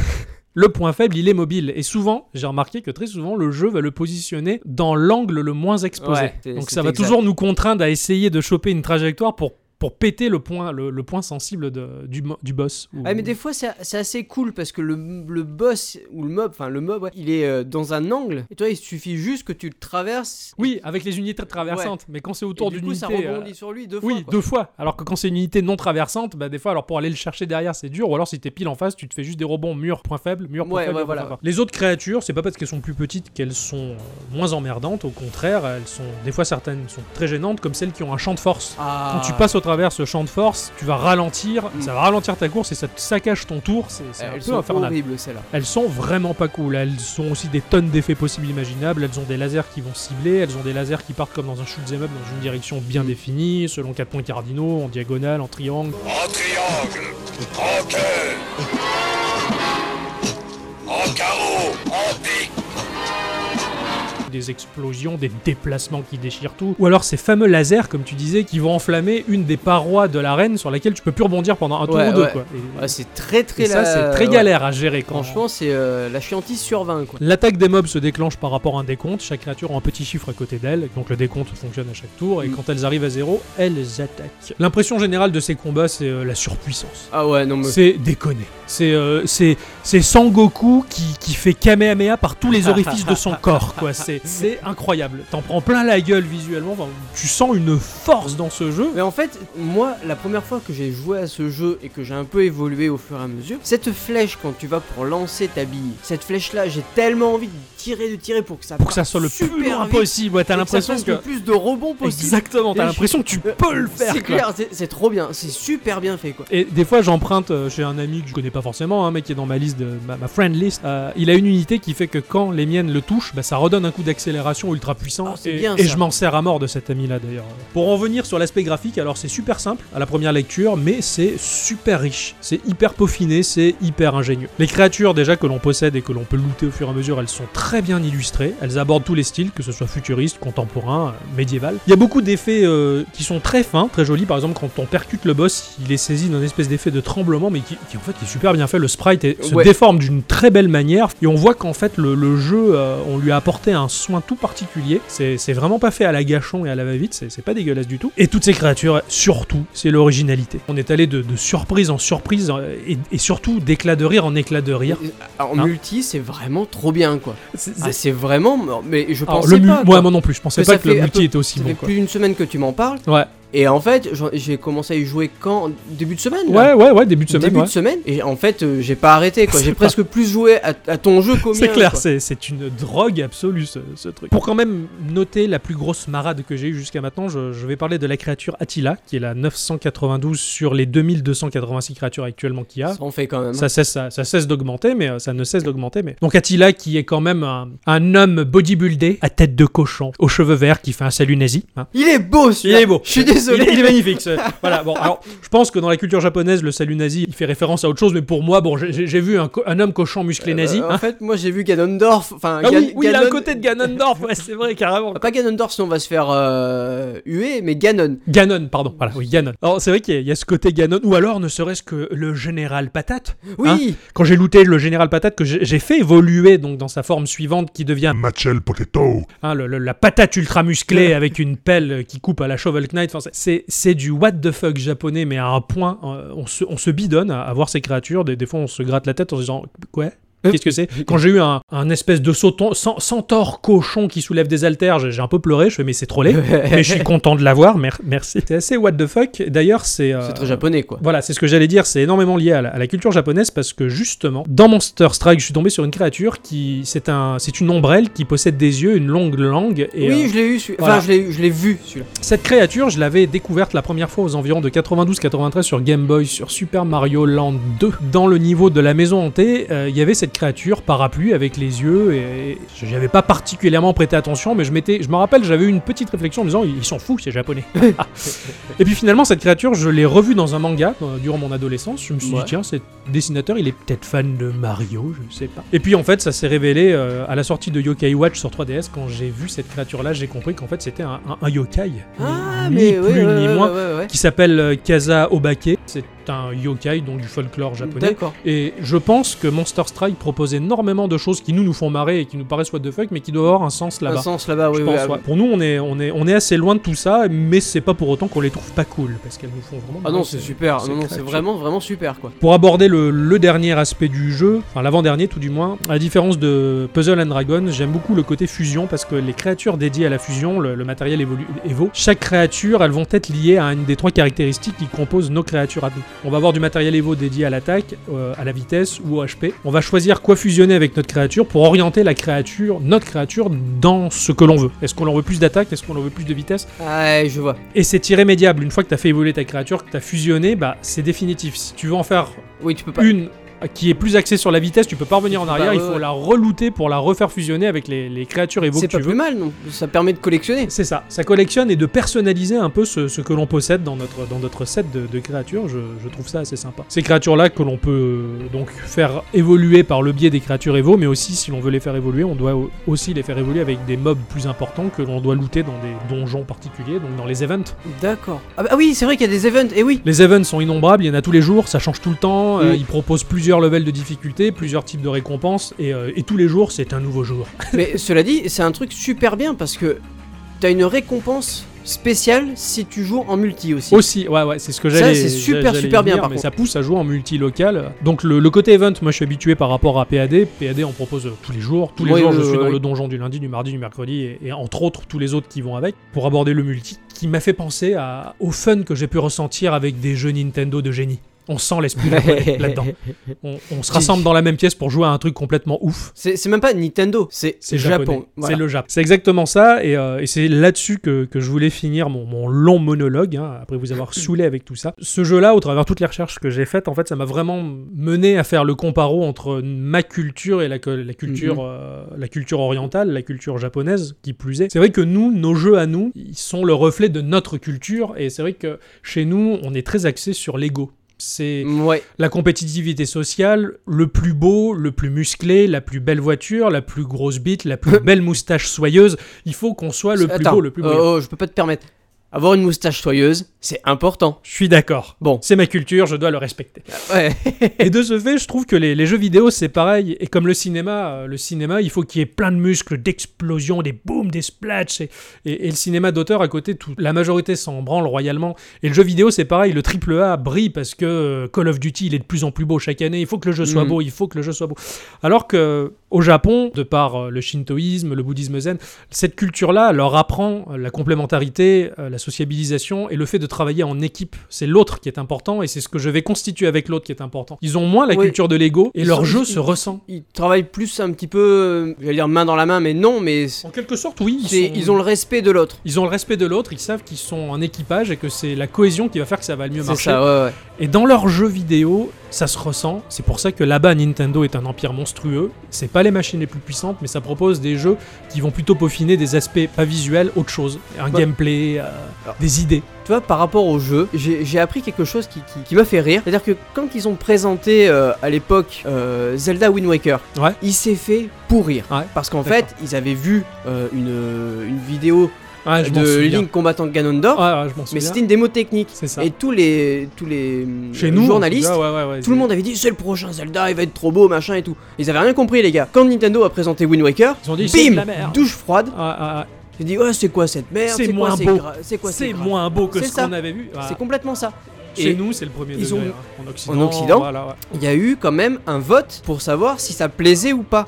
S5: Le point faible, il est mobile. Et souvent, j'ai remarqué que très souvent, le jeu va le positionner dans l'angle le moins exposé.
S4: Ouais, c'est-
S5: Donc
S4: c'est
S5: ça va
S4: exact.
S5: toujours nous contraindre à essayer de choper une trajectoire pour, pour péter le point, le, le point sensible de- du, mo- du boss. ou-
S4: Ouais, Ah, mais des fois, c'est c'est assez cool parce que le, le boss ou le mob, enfin le mob, ouais, il est euh, dans un angle. Et toi, il suffit juste que tu le traverses.
S5: Oui, avec les unités traversantes. Mais quand c'est
S4: et
S5: autour
S4: du
S5: d'une
S4: coup,
S5: unité...
S4: ça
S5: euh,
S4: rebondit sur lui deux fois.
S5: oui,
S4: quoi.
S5: deux fois. Alors que quand c'est une unité non traversante, bah, des fois, alors pour aller le chercher derrière, c'est dur. Ou alors si t'es pile en face, tu te fais juste des rebonds mur, point faible, mur, point
S4: Ouais,
S5: faible.
S4: ouais,
S5: point
S4: voilà.
S5: faible. Les autres créatures, c'est pas parce qu'elles sont plus petites qu'elles sont euh, moins emmerdantes. Au contraire, elles sont des fois certaines sont très gênantes, comme celles qui ont un champ de force.
S4: Ah.
S5: Quand tu passes au travers ce champ de force, tu vas ralentir,
S4: Mm.
S5: ça va ralentir ta course et ça te saccage ton tour. C'est c'est un
S4: Elles
S5: peu
S4: sont
S5: infernal.
S4: horribles, celles-là.
S5: Elles sont vraiment pas cool. Elles sont aussi des tonnes d'effets possibles imaginables. Elles ont des lasers qui vont cibler. Elles ont des lasers qui partent comme dans un shoot'em up dans une direction
S4: Mm.
S5: bien définie, selon quatre points cardinaux, en diagonale, en triangle.
S3: En triangle, en queue, en carreau, en pique.
S5: des explosions, des déplacements qui déchirent tout, ou alors ces fameux lasers, comme tu disais, qui vont enflammer une des parois de l'arène sur laquelle tu peux plus rebondir pendant un tour
S4: Ouais,
S5: ou deux.
S4: ouais.
S5: Quoi. Et,
S4: Ouais, Ah, c'est très très
S5: et ça,
S4: la-
S5: c'est très
S4: ouais.
S5: galère à gérer quand
S4: Franchement, c'est euh, la chiantise sur 20, quoi.
S5: L'attaque des mobs se déclenche par rapport à un décompte, chaque créature a un petit chiffre à côté d'elle, donc le décompte fonctionne à chaque tour, et
S4: Mm.
S5: quand elles arrivent à zéro, elles attaquent. L'impression générale de ces combats, c'est euh, la surpuissance.
S4: Ah ouais, non, mais.
S5: C'est déconné. C'est euh, c'est c'est Sangoku qui, qui fait Kamehameha par tous les orifices de son corps. quoi. C'est c'est incroyable. T'en prends plein la gueule visuellement. Enfin, tu sens une force dans ce jeu.
S4: Mais en fait, moi, la première fois que j'ai joué à ce jeu et que j'ai un peu évolué au fur et à mesure, cette flèche, quand tu vas pour lancer ta bille, cette flèche-là, j'ai tellement envie de tirer, de tirer pour que ça
S5: Pour que ça
S4: parte
S5: soit le
S4: super
S5: plus loin
S4: vite,
S5: possible. Ouais,
S4: et
S5: T'as
S4: que
S5: l'impression
S4: ça fasse
S5: que.
S4: le plus de rebonds possible.
S5: Exactement. T'as
S4: Et je-
S5: l'impression que tu peux le faire.
S4: C'est
S5: quoi.
S4: clair, c'est c'est trop bien, c'est super bien fait quoi.
S5: Et des fois, j'emprunte euh, chez un ami que je connais pas forcément, hein, mais qui est dans ma liste, de, ma, ma friend list. euh, il a une unité qui fait que quand les miennes le touchent, bah, ça redonne un coup d'accélération ultra puissant.
S4: Ah, c'est
S5: et
S4: bien,
S5: et
S4: ça.
S5: je m'en sers à mort de cet ami-là d'ailleurs. Pour en venir sur l'aspect graphique, alors c'est super simple à la première lecture, mais c'est super riche. C'est hyper peaufiné, c'est hyper ingénieux. Les créatures déjà que l'on possède et que l'on peut looter au fur et à mesure, elles sont très bien illustrées. Elles abordent tous les styles, que ce soit futuriste, contemporain, euh, médiéval. Il y a beaucoup d'effets euh, qui sont très fins, très jolis. Par exemple, quand on percute le boss, il est saisi d'un espèce d'effet de tremblement, mais qui, qui, en fait est super bien fait. Le sprite est- se
S4: Ouais.
S5: déforme d'une très belle manière, et on voit qu'en fait le, le jeu, euh, on lui a apporté un soin tout particulier. C'est c'est vraiment pas fait à la gâchon et à la va-vite, c'est c'est pas dégueulasse du tout. Et toutes ces créatures, surtout, c'est l'originalité. On est allé de, de surprise en surprise, euh, et, et surtout d'éclat de rire en éclat de rire.
S4: En
S5: Hein
S4: multi, c'est vraiment trop bien quoi. Ah, c'est vraiment. Mais je
S5: Ah, Alors,
S4: pensais
S5: le mu-
S4: pas.
S5: moi,
S4: quoi.
S5: moi non plus, je pensais
S4: que
S5: pas
S4: ça
S5: que le
S4: fait un
S5: multi
S4: peu-
S5: était aussi
S4: ça fait
S5: bon. Quoi.
S4: plus d'une semaine que tu m'en parles.
S5: Ouais.
S4: Et en fait, j'en- j'ai commencé à y jouer quand Début de semaine là.
S5: ouais, ouais, ouais, début de semaine.
S4: Début
S5: ouais.
S4: de semaine. Et en fait, euh, j'ai pas arrêté quoi.
S5: C'est
S4: J'ai
S5: pas-
S4: presque plus joué à, à ton jeu qu'au mien.
S5: C'est clair,
S4: quoi.
S5: c'est- c'est une drogue absolue ce, ce truc. Pour quand même noter la plus grosse marade que j'ai eue jusqu'à maintenant, je, je vais parler de la créature Attila, qui est la 992 sur les 2286 créatures actuellement qu'il y a.
S4: Ça en fait quand même. hein.
S5: Ça cesse, ça, ça cesse d'augmenter, mais euh, ça ne cesse d'augmenter. Mais donc Attila, qui est quand même un, un homme bodybuildé, à tête de cochon, aux cheveux verts, qui fait un salut nazi. hein.
S4: Il est beau celui-là.
S5: Il est beau.
S4: Je suis désolé.
S5: Il est, il est magnifique. ce- voilà. Bon, alors, je pense que dans la culture japonaise, le salut nazi, il fait référence à autre chose, mais pour moi, bon, j'ai- j'ai j'ai vu un, co- un homme cochon musclé nazi.
S4: Euh,
S5: hein.
S4: en fait, moi j'ai vu Ganondorf. Enfin,
S5: Ah
S4: Gan-
S5: oui, oui, il a un
S4: Ganon-
S5: côté de Ganondorf, ouais, c'est vrai, carrément.
S4: Pas Ganondorf, sinon on va se faire euh, huer, mais Ganon.
S5: Ganon, pardon, voilà, oui, Ganon. Alors, c'est vrai qu'il y, a- il y a ce côté Ganon, ou alors ne serait-ce que le général Patate.
S4: Oui.
S5: Hein Quand j'ai looté le général Patate, que j'ai j'ai fait évoluer donc dans sa forme suivante qui devient
S8: Matchel Potato.
S5: hein, le- le- la patate ultra musclée avec une pelle qui coupe à la Shovel Knight. Enfin, c'est- c'est du what the fuck japonais, mais à un point, euh, on se, on se bidonne à, à voir ces créatures. Des, des fois, on se gratte la tête en se disant, quoi Qu'est-ce que c'est Quand j'ai eu un, un espèce de sauton, cen- centaure cochon qui soulève des haltères, j'ai j'ai un peu pleuré, je fais mais c'est trop
S4: Eh,
S5: laid. mais je suis content de l'avoir, mer- merci. C'est assez what the fuck. D'ailleurs, c'est. euh,
S4: C'est très japonais quoi.
S5: Voilà, c'est ce que j'allais dire, c'est énormément lié à la, à la culture japonaise parce que justement, dans Monster Strike, je suis tombé sur une créature qui. C'est un, c'est une ombrelle qui possède des yeux, une longue langue. Et,
S4: oui,
S5: euh,
S4: je l'ai eu, celui-
S5: voilà.
S4: enfin je l'ai eu- je l'ai vu celui-là.
S5: cette créature, je l'avais découverte la première fois aux environs de 92-93 sur Game Boy, sur Super Mario Land 2. Dans le niveau de la maison hantée, euh, il y avait cette créature parapluie avec les yeux et je n'y avais pas particulièrement prêté attention, mais je m'étais, je me rappelle, j'avais eu une petite réflexion en me disant ils sont fous ces japonais. et puis finalement cette créature, je l'ai revue dans un manga euh, durant mon adolescence. Je me suis
S4: Ouais.
S5: dit tiens, cet dessinateur, il est peut-être fan de Mario, je sais pas. Et puis en fait, ça s'est révélé euh, à la sortie de Yokai Watch sur 3DS quand j'ai vu cette créature-là, j'ai compris qu'en fait c'était un, un- un yokai.
S4: Ah
S5: ni
S4: mais oui,
S5: plus
S4: ouais,
S5: ni
S4: ouais,
S5: moins,
S4: ouais, ouais.
S5: qui s'appelle euh, Kaza Obake. C'est un yokai, donc du folklore japonais.
S4: D'accord.
S5: Et je pense que Monster Strike propose énormément de choses qui nous nous font marrer et qui nous paraissent what the fuck, mais qui doivent avoir un sens
S4: Un
S5: là-bas.
S4: sens là-bas,
S5: Je
S4: oui, oui,
S5: pense,
S4: ah,
S5: ouais. Pour nous, on est, on, est, on est assez loin de tout ça, mais c'est pas pour autant qu'on les trouve pas cool, parce qu'elles nous font vraiment.
S4: Ah non,
S5: marrer.
S4: c'est super. Non, non, c'est
S5: créatif.
S4: vraiment, vraiment super quoi.
S5: Pour aborder le, le dernier aspect du jeu, enfin l'avant-dernier tout du moins, à la différence de Puzzle and Dragon, j'aime beaucoup le côté fusion parce que les créatures dédiées à la fusion, le, le matériel évolu- évo, chaque créature, elles vont être liées à une des trois caractéristiques qui composent nos créatures à nous. On va avoir du matériel évo dédié à l'attaque, euh, à la vitesse ou au HP. On va choisir quoi fusionner avec notre créature pour orienter la créature, notre créature, dans ce que l'on veut. Est-ce qu'on en veut plus d'attaque Est-ce qu'on en veut plus de vitesse
S4: Ah, je vois.
S5: Et c'est irrémédiable. Une fois que t'as fait évoluer ta créature, que t'as fusionné, bah c'est définitif. Si tu veux en faire
S4: Oui, tu peux pas.
S5: une qui est plus axée sur la vitesse, tu peux pas revenir en
S4: Bah,
S5: arrière, il
S4: ouais,
S5: faut
S4: ouais.
S5: la relooter pour la refaire fusionner avec les, les créatures évo que
S4: C'est
S5: tu
S4: pas
S5: veux.
S4: plus mal non. Ça permet de collectionner.
S5: C'est ça, ça collectionne et de personnaliser un peu ce, ce que l'on possède dans notre, dans notre set de, de créatures, je, je trouve ça assez sympa. Ces créatures-là que l'on peut euh, donc faire évoluer par le biais des créatures évo, mais aussi si l'on veut les faire évoluer, on doit au- aussi les faire évoluer avec des mobs plus importants que l'on doit looter dans des donjons particuliers, donc dans les events.
S4: D'accord. Ah, bah, ah oui, c'est vrai qu'il y a des events. Et oui.
S5: Les events eh sont innombrables, il y en a tous les jours, ça change tout le temps, euh,
S4: Mm.
S5: ils proposent plusieurs levels de difficulté, plusieurs types de récompenses, et, euh, et tous les jours c'est un nouveau jour.
S4: Mais cela dit, c'est un truc super bien parce que t'as une récompense spéciale si tu joues en multi aussi.
S5: Aussi, ouais, ouais, c'est ce que
S4: Ça,
S5: j'allais
S4: c'est super,
S5: j'allais
S4: super
S5: y
S4: bien,
S5: venir,
S4: par
S5: mais
S4: contre.
S5: ça pousse à jouer en multi-local. Donc le, le côté event, moi je suis habitué par rapport à PAD, PAD on propose euh, tous les jours, tous les
S4: Oui,
S5: jours
S4: oui,
S5: je
S4: oui,
S5: suis dans
S4: oui.
S5: le donjon du lundi, du mardi, du mercredi, et, et entre autres tous les autres qui vont avec, pour aborder le multi, qui m'a fait penser à, au fun que j'ai pu ressentir avec des jeux Nintendo de génie. On sent l'esprit japonais là-dedans. On, on se rassemble dans la même pièce pour jouer à un truc complètement ouf.
S4: C'est c'est même pas Nintendo, c'est
S5: C'est
S4: Japon.
S5: japonais.
S4: Voilà.
S5: C'est le Japon. C'est exactement ça, et, euh, et c'est là-dessus que, que je voulais finir mon, mon long monologue, hein, après vous avoir saoulé avec tout ça. Ce jeu-là, au travers de toutes les recherches que j'ai faites, en fait, ça m'a vraiment mené à faire le comparo entre ma culture et la, co- la culture, euh, la culture orientale, la culture japonaise, qui plus est. C'est vrai que nous, nos jeux à nous, ils sont le reflet de notre culture, et c'est vrai que chez nous, on est très axé sur l'ego. C'est
S4: Ouais.
S5: la compétitivité sociale, le plus beau, le plus musclé, la plus belle voiture, la plus grosse bite, la plus belle moustache soyeuse. Il faut qu'on soit le plus
S4: Attends,
S5: beau, le plus beau.
S4: Oh, oh, je peux pas te permettre. Avoir une moustache soyeuse, c'est important.
S5: Je suis d'accord.
S4: euh, Bon.
S5: C'est ma culture, je dois le respecter.
S4: Ouais.
S5: Et de ce fait, je trouve que les, les jeux vidéo, c'est pareil. Et comme le cinéma, euh, le cinéma, il faut qu'il y ait plein de muscles, d'explosions, des booms, des splats. Et, et- et le cinéma d'auteur, à côté, tout, la majorité s'en branle royalement. Et le jeu vidéo, c'est pareil. Le triple A brille parce que euh, Call of Duty, il est de plus en plus beau chaque année. Il faut que le jeu soit
S4: Mm.
S5: beau, il faut que le jeu soit beau. Alors que euh, au Japon, de par euh, le shintoïsme, le bouddhisme zen, cette culture-là leur apprend euh, la complémentarité, euh, la sociabilisation et le fait de travailler en équipe. C'est l'autre qui est important et c'est ce que je vais constituer avec l'autre qui est important. Ils ont moins la
S4: Oui.
S5: culture de l'ego et
S4: Ils
S5: leur
S4: sont-
S5: jeu
S4: ils-
S5: se ressent.
S4: Ils travaillent plus un petit peu, euh, j'allais dire main dans la main, mais non, mais c'est-
S5: En quelque sorte, oui, ils,
S4: c'est-
S5: sont-
S4: ils ont le respect de l'autre.
S5: ils ont le respect de l'autre, ils savent qu'ils sont en équipage et que c'est la cohésion qui va faire que ça va le mieux
S4: C'est
S5: marcher.
S4: ça, ouais, ouais.
S5: Et dans leurs jeux vidéo, ça se ressent. C'est pour ça que là-bas, Nintendo est un empire monstrueux. C'est pas les machines les plus puissantes, mais ça propose des jeux qui vont plutôt peaufiner des aspects pas visuels, autre chose, un
S4: Ouais.
S5: gameplay, euh,
S4: Alors-
S5: des idées.
S4: Tu vois, par rapport au jeu, j'ai j'ai appris quelque chose qui, qui- qui m'a fait rire. C'est-à-dire que quand ils ont présenté euh, à l'époque euh, Zelda Wind Waker,
S5: Ouais.
S4: il s'est fait pourrir.
S5: Ouais,
S4: Parce qu'en
S5: d'accord.
S4: fait, ils avaient vu euh, une, une vidéo euh,
S5: Ah, je m'en
S4: de
S5: souviens.
S4: Link combattant Ganondorf,
S5: Ah, je m'en
S4: mais
S5: souviens.
S4: c'était une démo technique.
S5: C'est ça.
S4: Et tous les, tous les mm,
S5: Chez nous,
S4: journalistes,
S5: en tout cas, ouais, ouais, ouais,
S4: tout le
S5: c'est-
S4: monde avait dit c'est le prochain Zelda, il va être trop beau, machin et tout. Ils avaient rien compris, les gars. Quand Nintendo a présenté Wind Waker,
S5: Ils ont dit, c'est de la
S4: bim,
S5: merde.
S4: douche froide.
S5: Ah, ah, ah,
S4: J'ai dit ouais, c'est quoi cette merde
S5: C'est
S4: quoi,
S5: moins
S4: ces
S5: beau.
S4: gra- C'est quoi ces
S5: c'est
S4: gra-
S5: moins beau que
S4: C'est
S5: ce
S4: ça.
S5: qu'on avait vu. Ah.
S4: C'est complètement ça.
S5: Chez
S4: Et
S5: nous, c'est le premier
S4: ils
S5: degré,
S4: ont-
S5: hein, en Occident.
S4: Occident.
S5: voilà, ouais.
S4: il y a eu quand même un vote pour savoir si ça plaisait ou pas.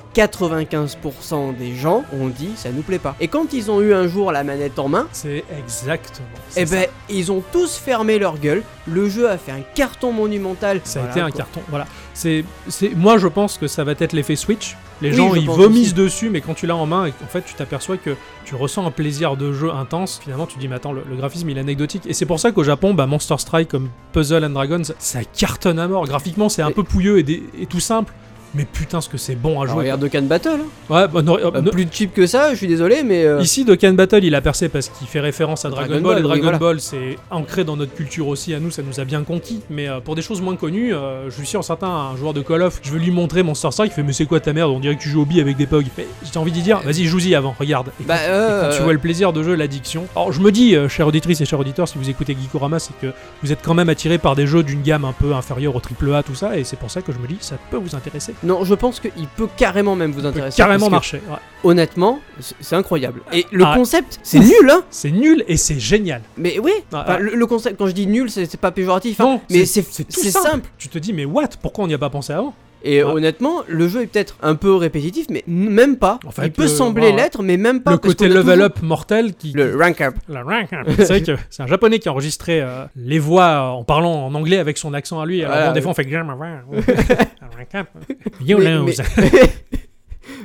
S4: 95% des gens ont dit ça nous plaît pas. Et quand ils ont eu un jour la manette en main,
S5: C'est exactement.
S4: eh
S5: c'est ça.
S4: ben ils ont tous fermé leur gueule. Le jeu a fait un carton monumental.
S5: Ça
S4: Voilà,
S5: a été un
S4: quoi.
S5: carton. Voilà. C'est, c'est, moi, je pense que ça va être l'effet Switch. Les
S4: Oui,
S5: gens,
S4: je
S5: ils
S4: pense
S5: vomissent
S4: aussi.
S5: dessus, mais quand tu l'as en main, en fait, tu t'aperçois que tu ressens un plaisir de jeu intense. Finalement, tu dis, mais attends, le, le graphisme, il est anecdotique. Et c'est pour ça qu'au Japon, bah, Monster Strike comme Puzzle and Dragons, ça cartonne à mort. Graphiquement, c'est un
S4: Et-
S5: peu pouilleux et, des- et tout simple. Mais putain, ce que c'est bon à
S4: Alors,
S5: jouer.
S4: regarde Dokkan Battle. hein.
S5: Ouais, bah, no-
S4: Bah,
S5: no-
S4: Plus cheap que ça, je suis désolé, mais euh,
S5: Ici, Dokkan Battle, il a percé parce qu'il fait référence à Dragon,
S4: Dragon
S5: Ball. Et
S4: Ball,
S5: Dragon
S4: oui, voilà.
S5: Ball, c'est ancré dans notre culture aussi. À nous, ça nous a bien conquis. Mais euh, pour des choses moins connues, euh, je suis sûr, certain, un joueur de Call of, je veux lui montrer Monster Strike. Il fait, mais c'est quoi ta merde On dirait que tu joues au bi avec des pugs. Mais j'ai envie d'y dire, vas-y, joue-y avant, regarde. Et
S4: bah,
S5: quand
S4: euh,
S5: tu vois le plaisir de jeu, l'addiction. Alors je me dis, euh, chère auditrice et chers auditeurs, si vous écoutez Geekorama, c'est que vous êtes quand même attiré par des jeux d'une gamme un peu inférieure au AAA, tout ça, et c'est pour ça que je me dis, ça peut vous intéresser.
S4: non, je pense qu'il peut carrément même vous
S5: Ça peut
S4: intéresser.
S5: carrément
S4: parce que,
S5: marcher. Ouais.
S4: Honnêtement, c'est c'est incroyable. Et le
S5: Ah.
S4: concept, c'est nul, hein
S5: C'est nul et c'est génial.
S4: Mais oui.
S5: Ah,
S4: Enfin,
S5: ah.
S4: le, le concept, quand je dis nul, c'est c'est pas péjoratif. hein,
S5: Non,
S4: mais c'est
S5: tout
S4: c'est
S5: simple.
S4: simple.
S5: Tu te dis, mais what Pourquoi on n'y a pas pensé avant
S4: Et
S5: Ouais.
S4: honnêtement, le jeu est peut-être un peu répétitif, mais n- même pas.
S5: En fait,
S4: Il peut
S5: le-
S4: sembler
S5: ouais.
S4: l'être, mais même pas.
S5: Le
S4: parce
S5: côté
S4: qu'on a
S5: level
S4: toujours-
S5: up mortel qui.
S4: Le rank up.
S5: La rank, hein. C'est vrai que c'est un japonais qui a enregistré euh, les voix en parlant en anglais avec son accent à lui. Alors
S4: Voilà,
S5: bon, des
S4: oui.
S5: fois, on fait. Grrm, grrm, grrm. You
S4: Mais-
S5: lose.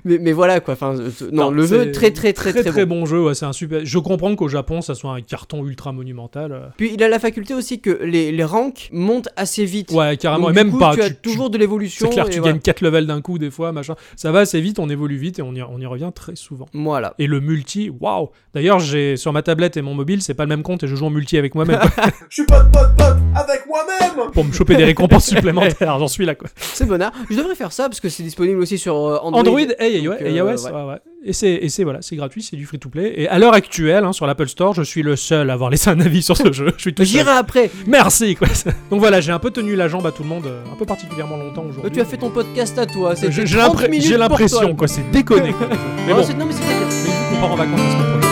S4: mais, mais voilà quoi. Enfin, euh, non,
S5: Non,
S4: le jeu
S5: c'est
S4: est très très très très, bon.
S5: jeu. ouais, c'est un super. Je comprends qu'au Japon, ça soit un carton ultra monumental. euh.
S4: Puis il a la faculté aussi que les, les ranks montent assez vite.
S5: Ouais, carrément.
S4: Donc,
S5: et
S4: du
S5: même
S4: coup,
S5: pas.
S4: Tu as
S5: tu- tu-
S4: toujours de l'évolution.
S5: C'est clair,
S4: et
S5: tu
S4: voilà.
S5: gagnes 4 levels d'un coup, des fois, machin. Ça va assez vite, on évolue vite et on y, on y revient très souvent.
S4: Voilà.
S5: Et le multi, waouh D'ailleurs, j'ai sur ma tablette et mon mobile, c'est pas le même compte et je joue en multi avec moi-même
S8: Je suis pote pote pote avec moi-même
S5: pour me choper des récompenses supplémentaires. J'en suis là, quoi.
S4: C'est bonheur. Je devrais faire ça parce que c'est disponible aussi sur euh, Android.
S5: Android et iOS.
S4: Donc, euh,
S5: et iOS,
S4: ouais.
S5: ouais, ouais. Et c'est et c'est- voilà, c'est gratuit, c'est du free to play. Et à l'heure actuelle, hein, sur l'Apple Store, je suis le seul à avoir laissé un avis sur ce jeu. Je suis tout seul.
S4: J'irai après.
S5: Merci, quoi. Donc voilà, j'ai un peu tenu la jambe à tout le monde, euh, un peu particulièrement longtemps aujourd'hui.
S4: Bah, Euh, tu as fait ton podcast à toi.
S5: Euh,
S4: c'était
S5: J'ai j'ai
S4: 30
S5: l'impre-
S4: minutes
S5: j'ai
S4: pour
S5: l'impression,
S4: toi.
S5: quoi, c'est déconné. quoi. Mais
S4: Non,
S5: bon,
S4: c'est- non, mais c'était bien.
S5: mais vu qu'on part en vacances la semaine prochaine.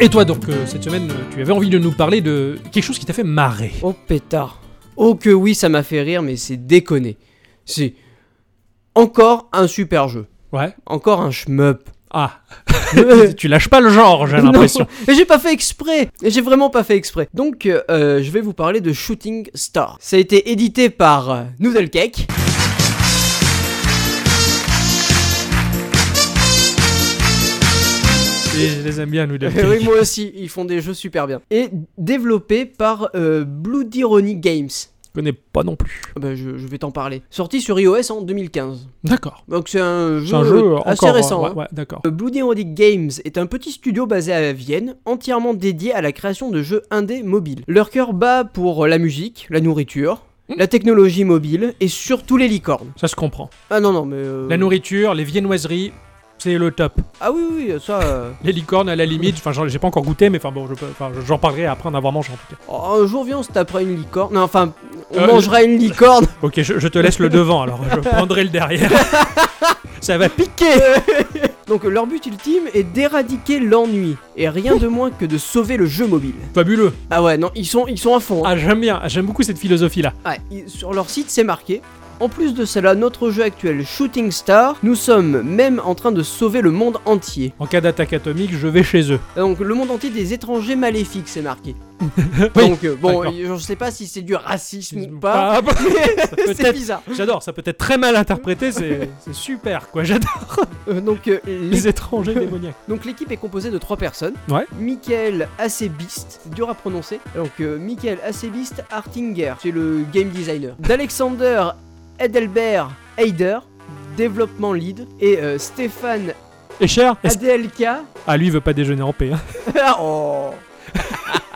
S5: Et toi donc, euh, cette semaine, euh, tu avais envie de nous parler de quelque chose qui t'a fait marrer.
S4: Oh pétard. Oh que oui, ça m'a fait rire, mais c'est déconné. C'est encore un super jeu.
S5: Ouais.
S4: Encore un shmup.
S5: Ah, tu lâches pas le genre, j'ai l'impression.
S4: Non, et j'ai pas fait exprès. Et j'ai vraiment pas fait exprès. Donc, euh, je vais vous parler de Shooting Star. Ça a été édité par euh, Noodle Cake.
S5: Et je les aime bien, nous deux.
S4: oui, moi aussi, ils font des jeux super bien. Et développé par euh, Bloody Ronnie Games.
S5: Je connais pas non plus.
S4: Ah bah, je, je vais t'en parler. Sorti sur iOS en 2015.
S5: D'accord.
S4: Donc c'est un
S5: C'est
S4: jeu,
S5: un jeu
S4: euh,
S5: encore,
S4: assez
S5: euh,
S4: récent.
S5: Ouais,
S4: hein.
S5: ouais, d'accord.
S4: Euh, Bloody Ronnie Games est un petit studio basé à Vienne, entièrement dédié à la création de jeux indés mobiles. Leur cœur bat pour la musique, la nourriture,
S5: Hmm.
S4: la technologie mobile et surtout les licornes.
S5: Ça se comprend.
S4: Ah non, non, mais. euh,
S5: La nourriture, les viennoiseries, c'est le top.
S4: Ah oui, oui, oui, ça. euh,
S5: Les licornes, à la limite, enfin, j'en- j'ai pas encore goûté, mais enfin, bon, je peux- enfin, j'en parlerai après en avoir mangé en tout cas.
S4: oh, un jour, viens, on se tapera une licorne. Non, enfin, on
S5: Euh,
S4: mangera une licorne.
S5: Ok, je, je te laisse le devant, alors je prendrai le derrière. Ça va piquer
S4: Donc, leur but ultime est d'éradiquer l'ennui. Et rien de moins que de sauver le jeu mobile.
S5: Fabuleux.
S4: Ah ouais, non, ils sont, ils sont à fond. hein.
S5: Ah, j'aime bien, j'aime beaucoup cette philosophie-là.
S4: Ah, il- sur leur site, c'est marqué. En plus de cela, notre jeu actuel Shooting Star, nous sommes même en train de sauver le monde entier.
S5: En cas d'attaque atomique, je vais chez eux.
S4: Donc le monde entier des étrangers maléfiques, c'est marqué.
S5: Oui,
S4: Donc euh, bon,
S5: d'accord.
S4: je sais pas si c'est du racisme ou
S5: Ou
S4: pas.
S5: pas.
S4: c'est
S5: Ah, bah, peut-être.
S4: bizarre.
S5: J'adore, ça peut être très mal interprété, c'est c'est super quoi, j'adore
S4: Euh, donc euh, les-
S5: les étrangers démoniaques.
S4: donc l'équipe est composée de trois personnes.
S5: Ouais.
S4: Michael Acebist, c'est dur à prononcer. Donc euh, Michael Acebist Hartinger, c'est le game designer. D'Alexander Edelbert Heider, développement lead, et euh, Stéphane
S5: Et cher est-ce-
S4: ADLK.
S5: Ah lui il veut pas déjeuner en paix. hein.
S4: Oh.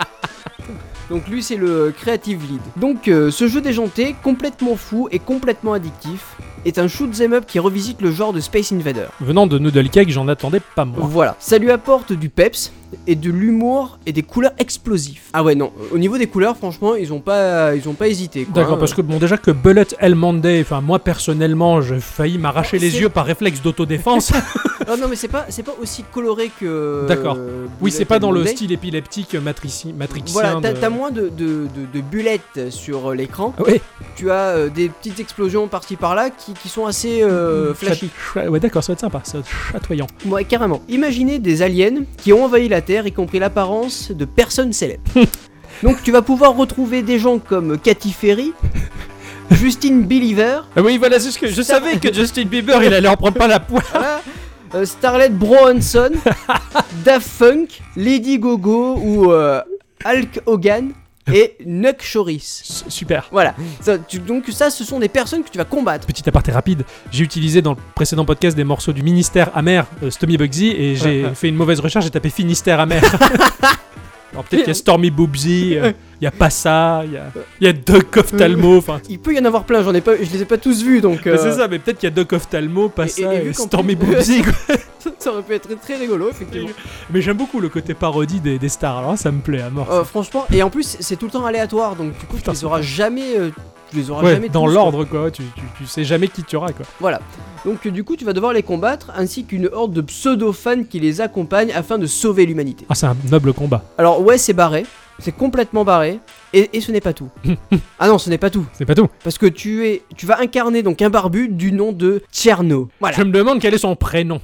S4: Donc lui c'est le creative lead. Donc euh, ce jeu déjanté, complètement fou et complètement addictif, est un shoot 'em up qui revisite le genre de Space Invader.
S5: Venant de Noodle Cake, j'en attendais pas moins.
S4: Voilà, ça lui apporte du peps et de l'humour et des couleurs explosives. Ah ouais non, au niveau des couleurs franchement ils ont pas ils ont pas hésité. quoi,
S5: D'accord,
S4: hein.
S5: parce que bon déjà que Bullet El Monday, enfin moi personnellement, j'ai failli m'arracher les
S4: Ah, C'est-
S5: yeux par réflexe d'autodéfense.
S4: Ah non mais c'est pas c'est pas aussi coloré que.
S5: D'accord.
S4: euh,
S5: oui,
S4: Bullet
S5: c'est pas
S4: and
S5: dans le
S4: Monday.
S5: style épileptique matrici... matrixien.
S4: Voilà, t'as
S5: de-
S4: t'as moins de, de, de, de bullettes sur euh, l'écran.
S5: Ah ouais,
S4: tu as euh, des petites explosions par-ci par-là qui, qui sont assez euh, flashy.
S5: chat- chat- Ouais, d'accord, ça va être sympa, ça va être chatoyant.
S4: Ouais, carrément. Imaginez des aliens qui ont envahi la Terre, y compris l'apparence de personnes célèbres. Donc tu vas pouvoir retrouver des gens comme Katy Ferry, Justine Believer,
S5: Ah oui, voilà, c'est ce que je savais que Justin Bieber, il allait en prendre pas la poire.
S4: voilà, euh, Starlet Bronson, Daft Funk, Lady Gogo ou euh, Hulk Hogan et Nuck Choris.
S5: S- Super.
S4: Voilà. Ça, tu- donc ça, ce sont des personnes que tu vas combattre.
S5: Petit aparté rapide, j'ai utilisé dans le précédent podcast des morceaux du ministère amer, euh, Stomy Bugsy, et j'ai fait une mauvaise recherche, j'ai tapé Finistère amer. Alors peut-être qu'il y a Stormy Boobsy, euh, il y a pas ça, il y a, il y a Doc of Talmo, enfin.
S4: Il peut y en avoir plein, j'en ai pas, je les ai pas tous vus donc.
S5: mais
S4: euh,
S5: C'est ça, mais peut-être qu'il y a Doc of Talmo, pas
S4: et-
S5: ça,
S4: et
S5: et,
S4: vu qu'en
S5: Stormy
S4: plus-
S5: Boobsy. quoi.
S4: Ça aurait pu être très, très rigolo, effectivement.
S5: mais j'aime beaucoup le côté parodie des, des stars, alors ça me plaît à mort.
S4: Euh, franchement, et en plus, c'est tout le temps aléatoire, donc du coup,
S5: Putain,
S4: tu les
S5: c'est
S4: auras jamais. euh, tu les auras
S5: Ouais,
S4: jamais
S5: dans
S4: tous,
S5: l'ordre quoi, tu, tu, tu sais jamais qui tu auras quoi.
S4: quoi. Voilà. Donc, euh, du coup, tu vas devoir les combattre ainsi qu'une horde de pseudo-fans qui les accompagnent afin de sauver l'humanité.
S5: Ah c'est un noble combat,
S4: Alors, ouais, c'est barré, c'est complètement barré, et, et ce n'est pas tout. ah non, ce n'est pas tout,
S5: c'est pas tout.
S4: parce que tu es, tu vas incarner donc un barbu du nom de Tcherno. Voilà.
S5: Je me demande quel est son prénom.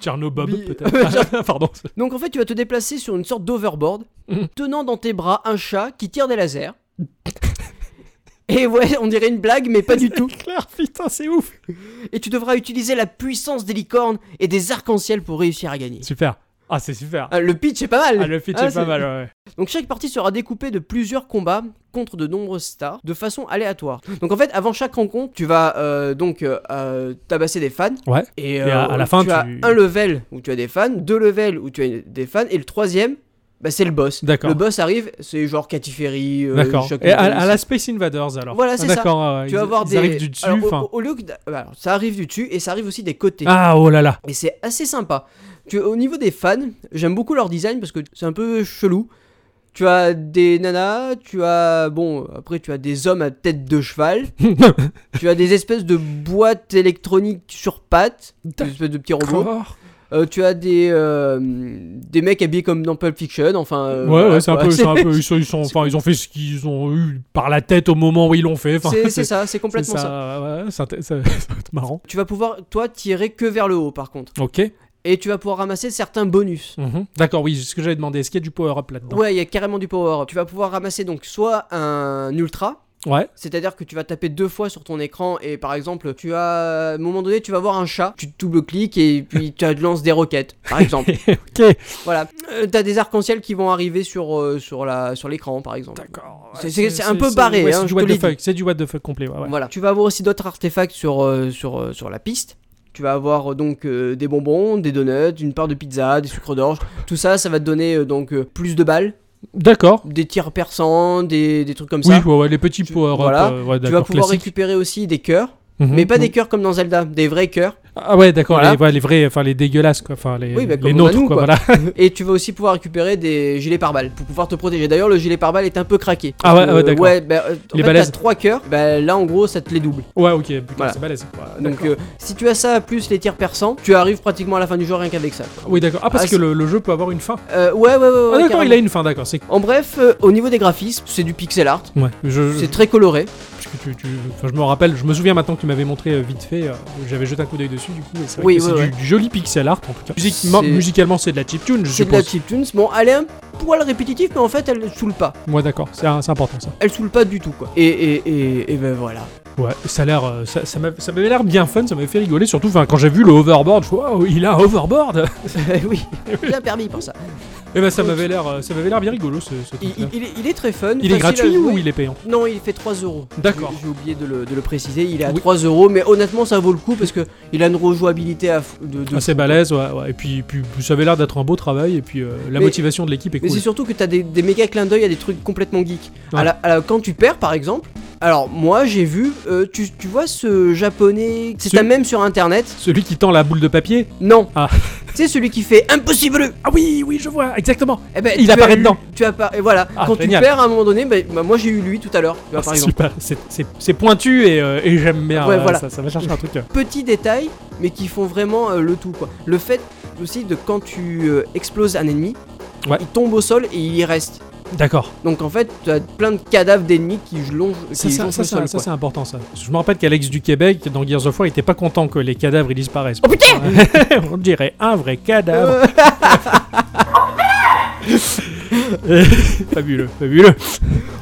S5: Tchernobob
S4: Oui.
S5: peut-être. Pardon.
S4: Donc, en fait, tu vas te déplacer sur une sorte d'overboard,
S5: Mhm.
S4: tenant dans tes bras un chat qui tire des lasers. Et ouais, on dirait une blague, mais pas du tout.
S5: Claire, putain, c'est ouf.
S4: et tu devras utiliser la puissance des licornes et des arcs-en-ciel pour réussir à gagner.
S5: Super. Ah, c'est super.
S4: Ah, le pitch est pas mal.
S5: Ah, le pitch
S4: Ah,
S5: est pas
S4: c'est-
S5: mal, ouais.
S4: Donc chaque partie sera découpée de plusieurs combats contre de nombreuses stars de façon aléatoire. Donc en fait, avant chaque rencontre, tu vas euh, donc euh, euh, tabasser des fans.
S5: Ouais.
S4: Et, euh,
S5: à- à la fin,
S4: as
S5: tu-
S4: un level où tu as des fans, deux levels où tu as des fans, et le troisième, bah, c'est le boss.
S5: D'accord.
S4: Le boss arrive, c'est genre Katy Ferry. euh,
S5: D'accord.
S4: Chuck
S5: Et à,
S4: Norris.
S5: à la Space Invaders alors. Ah,
S4: Voilà, c'est ça.
S5: D'accord, ouais, ouais,
S4: Tu
S5: ils-
S4: vas avoir
S5: ils
S4: des.
S5: arrivent du dessus.
S4: Alors, au-
S5: enfin.
S4: au, lieu que d'a- bah, alors, ça arrive du dessus et ça arrive aussi des côtés.
S5: Ah, oh là là.
S4: Et c'est assez sympa. Tu, au niveau des fans, j'aime beaucoup leur design parce que c'est un peu chelou. Tu as des nanas, tu as. Bon, après, tu as des hommes à tête de cheval. tu as des espèces de boîtes électroniques sur pattes, des espèces de petits robots. Euh, tu as des, euh, des mecs habillés comme dans Pulp Fiction, enfin. euh,
S5: ouais,
S4: voilà,
S5: ouais, c'est un
S4: quoi.
S5: peu, c'est un peu- ils, sont, ils sont- enfin, ils ont fait ce qu'ils ont eu par la tête au moment où ils l'ont fait. Enfin,
S4: C'est- C'est ça, c'est complètement ça.
S5: ça. Ouais, ça, int- ça- ça va être marrant.
S4: Tu vas pouvoir, toi, tirer que vers le haut par contre.
S5: Ok.
S4: Et tu vas pouvoir ramasser certains bonus.
S5: Mhm. D'accord, oui, c'est ce que j'avais demandé. Est-ce qu'il y a du power-up là-dedans
S4: Ouais, il y a carrément du power-up. Tu vas pouvoir ramasser donc soit un ultra.
S5: Ouais.
S4: C'est-à-dire que tu vas taper deux fois sur ton écran et par exemple, tu as à un moment donné, tu vas voir un chat, tu double-cliques et puis tu lances des roquettes, par exemple.
S5: Ok.
S4: voilà. Euh, T'as des arcs-en-ciel qui vont arriver sur, euh, sur la sur l'écran, par exemple.
S5: D'accord.
S4: C'est- c'est- c'est un peu barré,
S5: ouais,
S4: hein,
S5: c'est
S4: je
S5: du what
S4: te l'ai
S5: the fuck. C'est du what the fuck complet. ouais, ouais.
S4: Voilà. Tu vas avoir aussi d'autres artefacts sur, euh, sur, euh, sur la piste. Tu vas avoir euh, donc euh, des bonbons, des donuts, une part de pizza, des sucres d'orge. Tout ça, ça va te donner euh, donc euh, plus de balles,
S5: D'accord.
S4: des tirs perçants, des, des trucs comme
S5: Oui,
S4: ça.
S5: ouais, ouais, les petits
S4: Tu-
S5: power-up.
S4: voilà.
S5: euh, ouais,
S4: tu vas
S5: d'accord,
S4: pouvoir
S5: classique.
S4: récupérer aussi des cœurs,
S5: Mhm.
S4: mais pas des cœurs comme dans Zelda, des vrais cœurs.
S5: Ah ouais, d'accord,
S4: Voilà.
S5: les, ouais, les vrais, enfin les dégueulasses, quoi. Enfin, les,
S4: Oui, bah,
S5: les
S4: comme on a
S5: nôtres,
S4: nous,
S5: quoi.
S4: quoi.
S5: Voilà.
S4: Et tu vas aussi pouvoir récupérer des gilets pare-balles pour pouvoir te protéger. D'ailleurs, le gilet pare-balles est un peu craqué.
S5: Ah ouais,
S4: Euh,
S5: ouais, d'accord.
S4: Ouais, bah, euh, en
S5: Il est
S4: fait,
S5: balèze.
S4: t'as trois cœurs, bah, là en gros, ça te les double.
S5: Ouais, ok, putain,
S4: Voilà.
S5: c'est balèze.
S4: Donc euh, si tu as ça plus les tirs perçants, tu arrives pratiquement à la fin du jeu rien qu'avec ça.
S5: Oui, d'accord. Ah, parce
S4: Ah,
S5: que
S4: c'est-
S5: le, le jeu peut avoir une fin.
S4: Euh, ouais, ouais, ouais. ouais,
S5: Ah, d'accord,
S4: carrément.
S5: il a une fin, d'accord. C'est
S4: En bref, euh, au niveau des graphismes, c'est du pixel art.
S5: Ouais, je,
S4: C'est très coloré.
S5: parce que tu, tu- enfin, je me rappelle, je me souviens maintenant que tu m'avais montré euh, vite fait, euh, j'avais jeté un coup d'œil dessus du coup, et c'est vrai
S4: Oui,
S5: que c'est
S4: ouais,
S5: du, du joli pixel art en tout cas. Musique-
S4: C'est-
S5: musicalement c'est de la chiptune, je
S4: C'est de la
S5: suppose.
S4: chiptunes. Bon, elle est un poil répétitive, mais en fait, elle saoule pas.
S5: Moi d'accord, c'est c'est important ça.
S4: Elle saoule pas du tout, quoi. Et, et, et, et ben voilà.
S5: Ouais, ça a l'air, euh, ça ça m'a- ça m'avait l'air bien fun, ça m'avait fait rigoler, surtout enfin, quand j'ai vu le hoverboard, je fais, waouh, il a un hoverboard
S4: oui, bien permis pour ça.
S5: Et ben ça m'avait l'air, euh, ça m'avait l'air bien rigolo ce, ce
S4: Il,
S5: truc-là.
S4: il- il est, il est très fun.
S5: Il est
S4: facile à
S5: gratuit ou
S4: jouer.
S5: il est payant
S4: Non, il fait 3 euros.
S5: D'accord.
S4: J'ai j'ai oublié de le, de le préciser. Il est à
S5: Oui.
S4: 3 euros, mais honnêtement, ça vaut le coup parce que il a une rejouabilité à fou- de. de-
S5: Assez Ah, balèze, ouais, ouais. Et puis, puis ça avait l'air d'être un beau travail, et puis euh, la
S4: Mais-
S5: motivation de l'équipe est
S4: Mais
S5: cool.
S4: c'est surtout que t'as des, des méga clins d'œil à des trucs complètement geeks.
S5: Ouais.
S4: À la- à la- quand tu perds, par exemple, alors moi j'ai vu, euh, tu, tu vois ce japonais, c'est
S5: Celui-
S4: un même sur internet
S5: Celui qui tend la boule de papier
S4: Non.
S5: Ah.
S4: Tu sais, celui qui fait impossible
S5: Ah oui, oui, je vois, exactement
S4: eh ben,
S5: Il
S4: tu as
S5: apparaît
S4: lu-
S5: dedans.
S4: Tu apparais, et voilà.
S5: Ah,
S4: quand
S5: génial.
S4: tu perds à un moment donné, ben, ben, moi j'ai eu lui tout à l'heure, tu vois,
S5: Ah,
S4: par
S5: c'est
S4: exemple.
S5: super, c'est- c'est- c'est pointu et, euh, et j'aime bien.
S4: Ouais,
S5: euh,
S4: voilà.
S5: ça, ça va chercher un truc. euh.
S4: Petits détails, mais qui font vraiment euh, le tout, quoi. Le fait aussi de quand tu euh, exploses un ennemi,
S5: Ouais.
S4: il tombe au sol et il y reste.
S5: D'accord.
S4: Donc en fait, tu as plein de cadavres d'ennemis qui longent,
S5: Ça,
S4: qui
S5: ça-
S4: longent
S5: ça,
S4: le
S5: ça-
S4: sol,
S5: ça,
S4: quoi.
S5: c'est important ça. Je me rappelle qu'Alex du Québec dans Gears of War il était pas content que les cadavres ils disparaissent. Oh putain On dirait un vrai cadavre. fabuleux, fabuleux.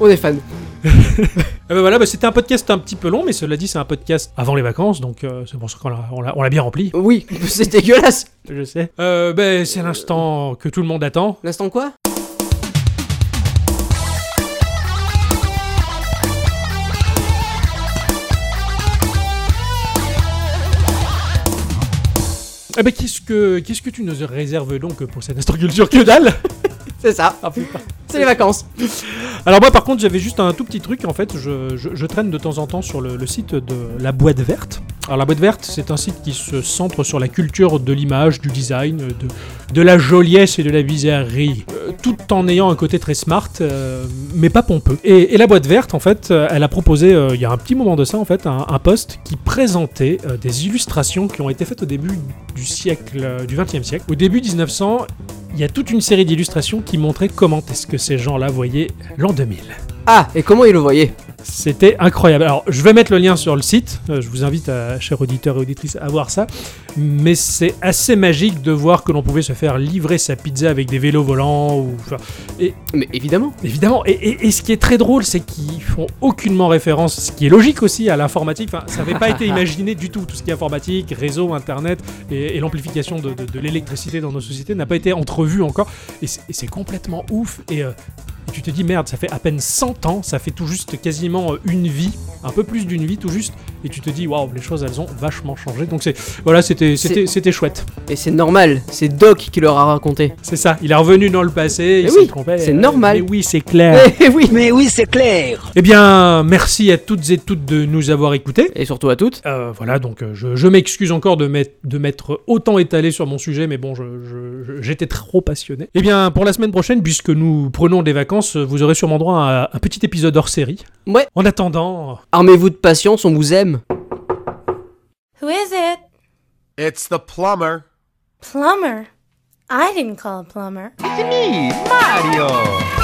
S4: On est fan.
S5: Ah bah voilà, bah, c'était un podcast un petit peu long, mais cela dit c'est un podcast avant les vacances, donc euh, c'est pour ça qu'on l'a- on l'a on l'a bien rempli.
S4: Oui, c'est dégueulasse.
S5: Je sais. Euh, ben, c'est l'instant que tout le monde attend.
S4: L'instant quoi
S5: Eh ben, qu'est-ce que qu'est-ce que tu nous réserves donc pour cette instant culture que dalle
S4: C'est ça,
S5: Ah, putain.
S4: c'est les vacances.
S5: Alors moi par contre j'avais juste un tout petit truc en fait, je, je- je traîne de temps en temps sur le, le site de la boîte verte. Alors la boîte verte c'est un site qui se centre sur la culture de l'image, du design, euh, de, de la joliesse et de la bizarrerie, euh, tout en ayant un côté très smart euh, mais pas pompeux. Et, et la boîte verte en fait euh, elle a proposé euh, il y a un petit moment de ça en fait un, un post qui présentait euh, des illustrations qui ont été faites au début du siècle, euh, du 20e siècle. Au début 1900 il y a toute une série d'illustrations qui montraient comment est-ce que ces gens-là voyaient l'an 2000.
S4: Ah, et comment il le voyait
S5: C'était incroyable. Alors, je vais mettre le lien sur le site. Euh, Je vous invite, à, chers auditeurs et auditrices, à voir ça. Mais c'est assez magique de voir que l'on pouvait se faire livrer sa pizza avec des vélos volants. Ou... enfin,
S4: Mais évidemment.
S5: évidemment. Et, et- et ce qui est très drôle, c'est qu'ils font aucunement référence, ce qui est logique aussi, à l'informatique. Enfin, ça n'avait pas été imaginé du tout. Tout ce qui est informatique, réseau, internet et, et l'amplification de, de- de l'électricité dans nos sociétés n'a pas été entrevu encore. Et c'est et c'est complètement ouf. Et. euh, tu te dis merde, ça fait à peine 100 ans, ça fait tout juste quasiment euh, une vie, un peu plus d'une vie tout juste, et tu te dis waouh, les choses elles ont vachement changé. Donc c'est voilà, c'était c'était
S4: C'est-
S5: c'était chouette.
S4: Et c'est normal, c'est Doc qui leur a raconté.
S5: C'est ça, il est revenu dans le passé, il
S4: Mais
S5: s'est
S4: oui,
S5: trompé.
S4: c'est
S5: Euh,
S4: normal.
S5: Mais oui, c'est clair.
S4: Eh oui
S9: Mais oui, c'est clair.
S5: Eh bien, merci à toutes et toutes de nous avoir écoutés.
S4: Et surtout à toutes.
S5: Euh, voilà, donc euh, je, je m'excuse encore de m'être, de m'être autant étalé sur mon sujet, mais bon, je- je- je- j'étais trop passionné. Eh bien, pour la semaine prochaine, puisque nous prenons des vacances, euh, vous aurez sûrement droit à un petit épisode hors série.
S4: Ouais.
S5: En attendant,
S4: Armez-vous de patience, on vous aime.
S7: Who is it?
S8: It's the plumber.
S9: Plumber? I didn't call a plumber.
S10: It's me, Mario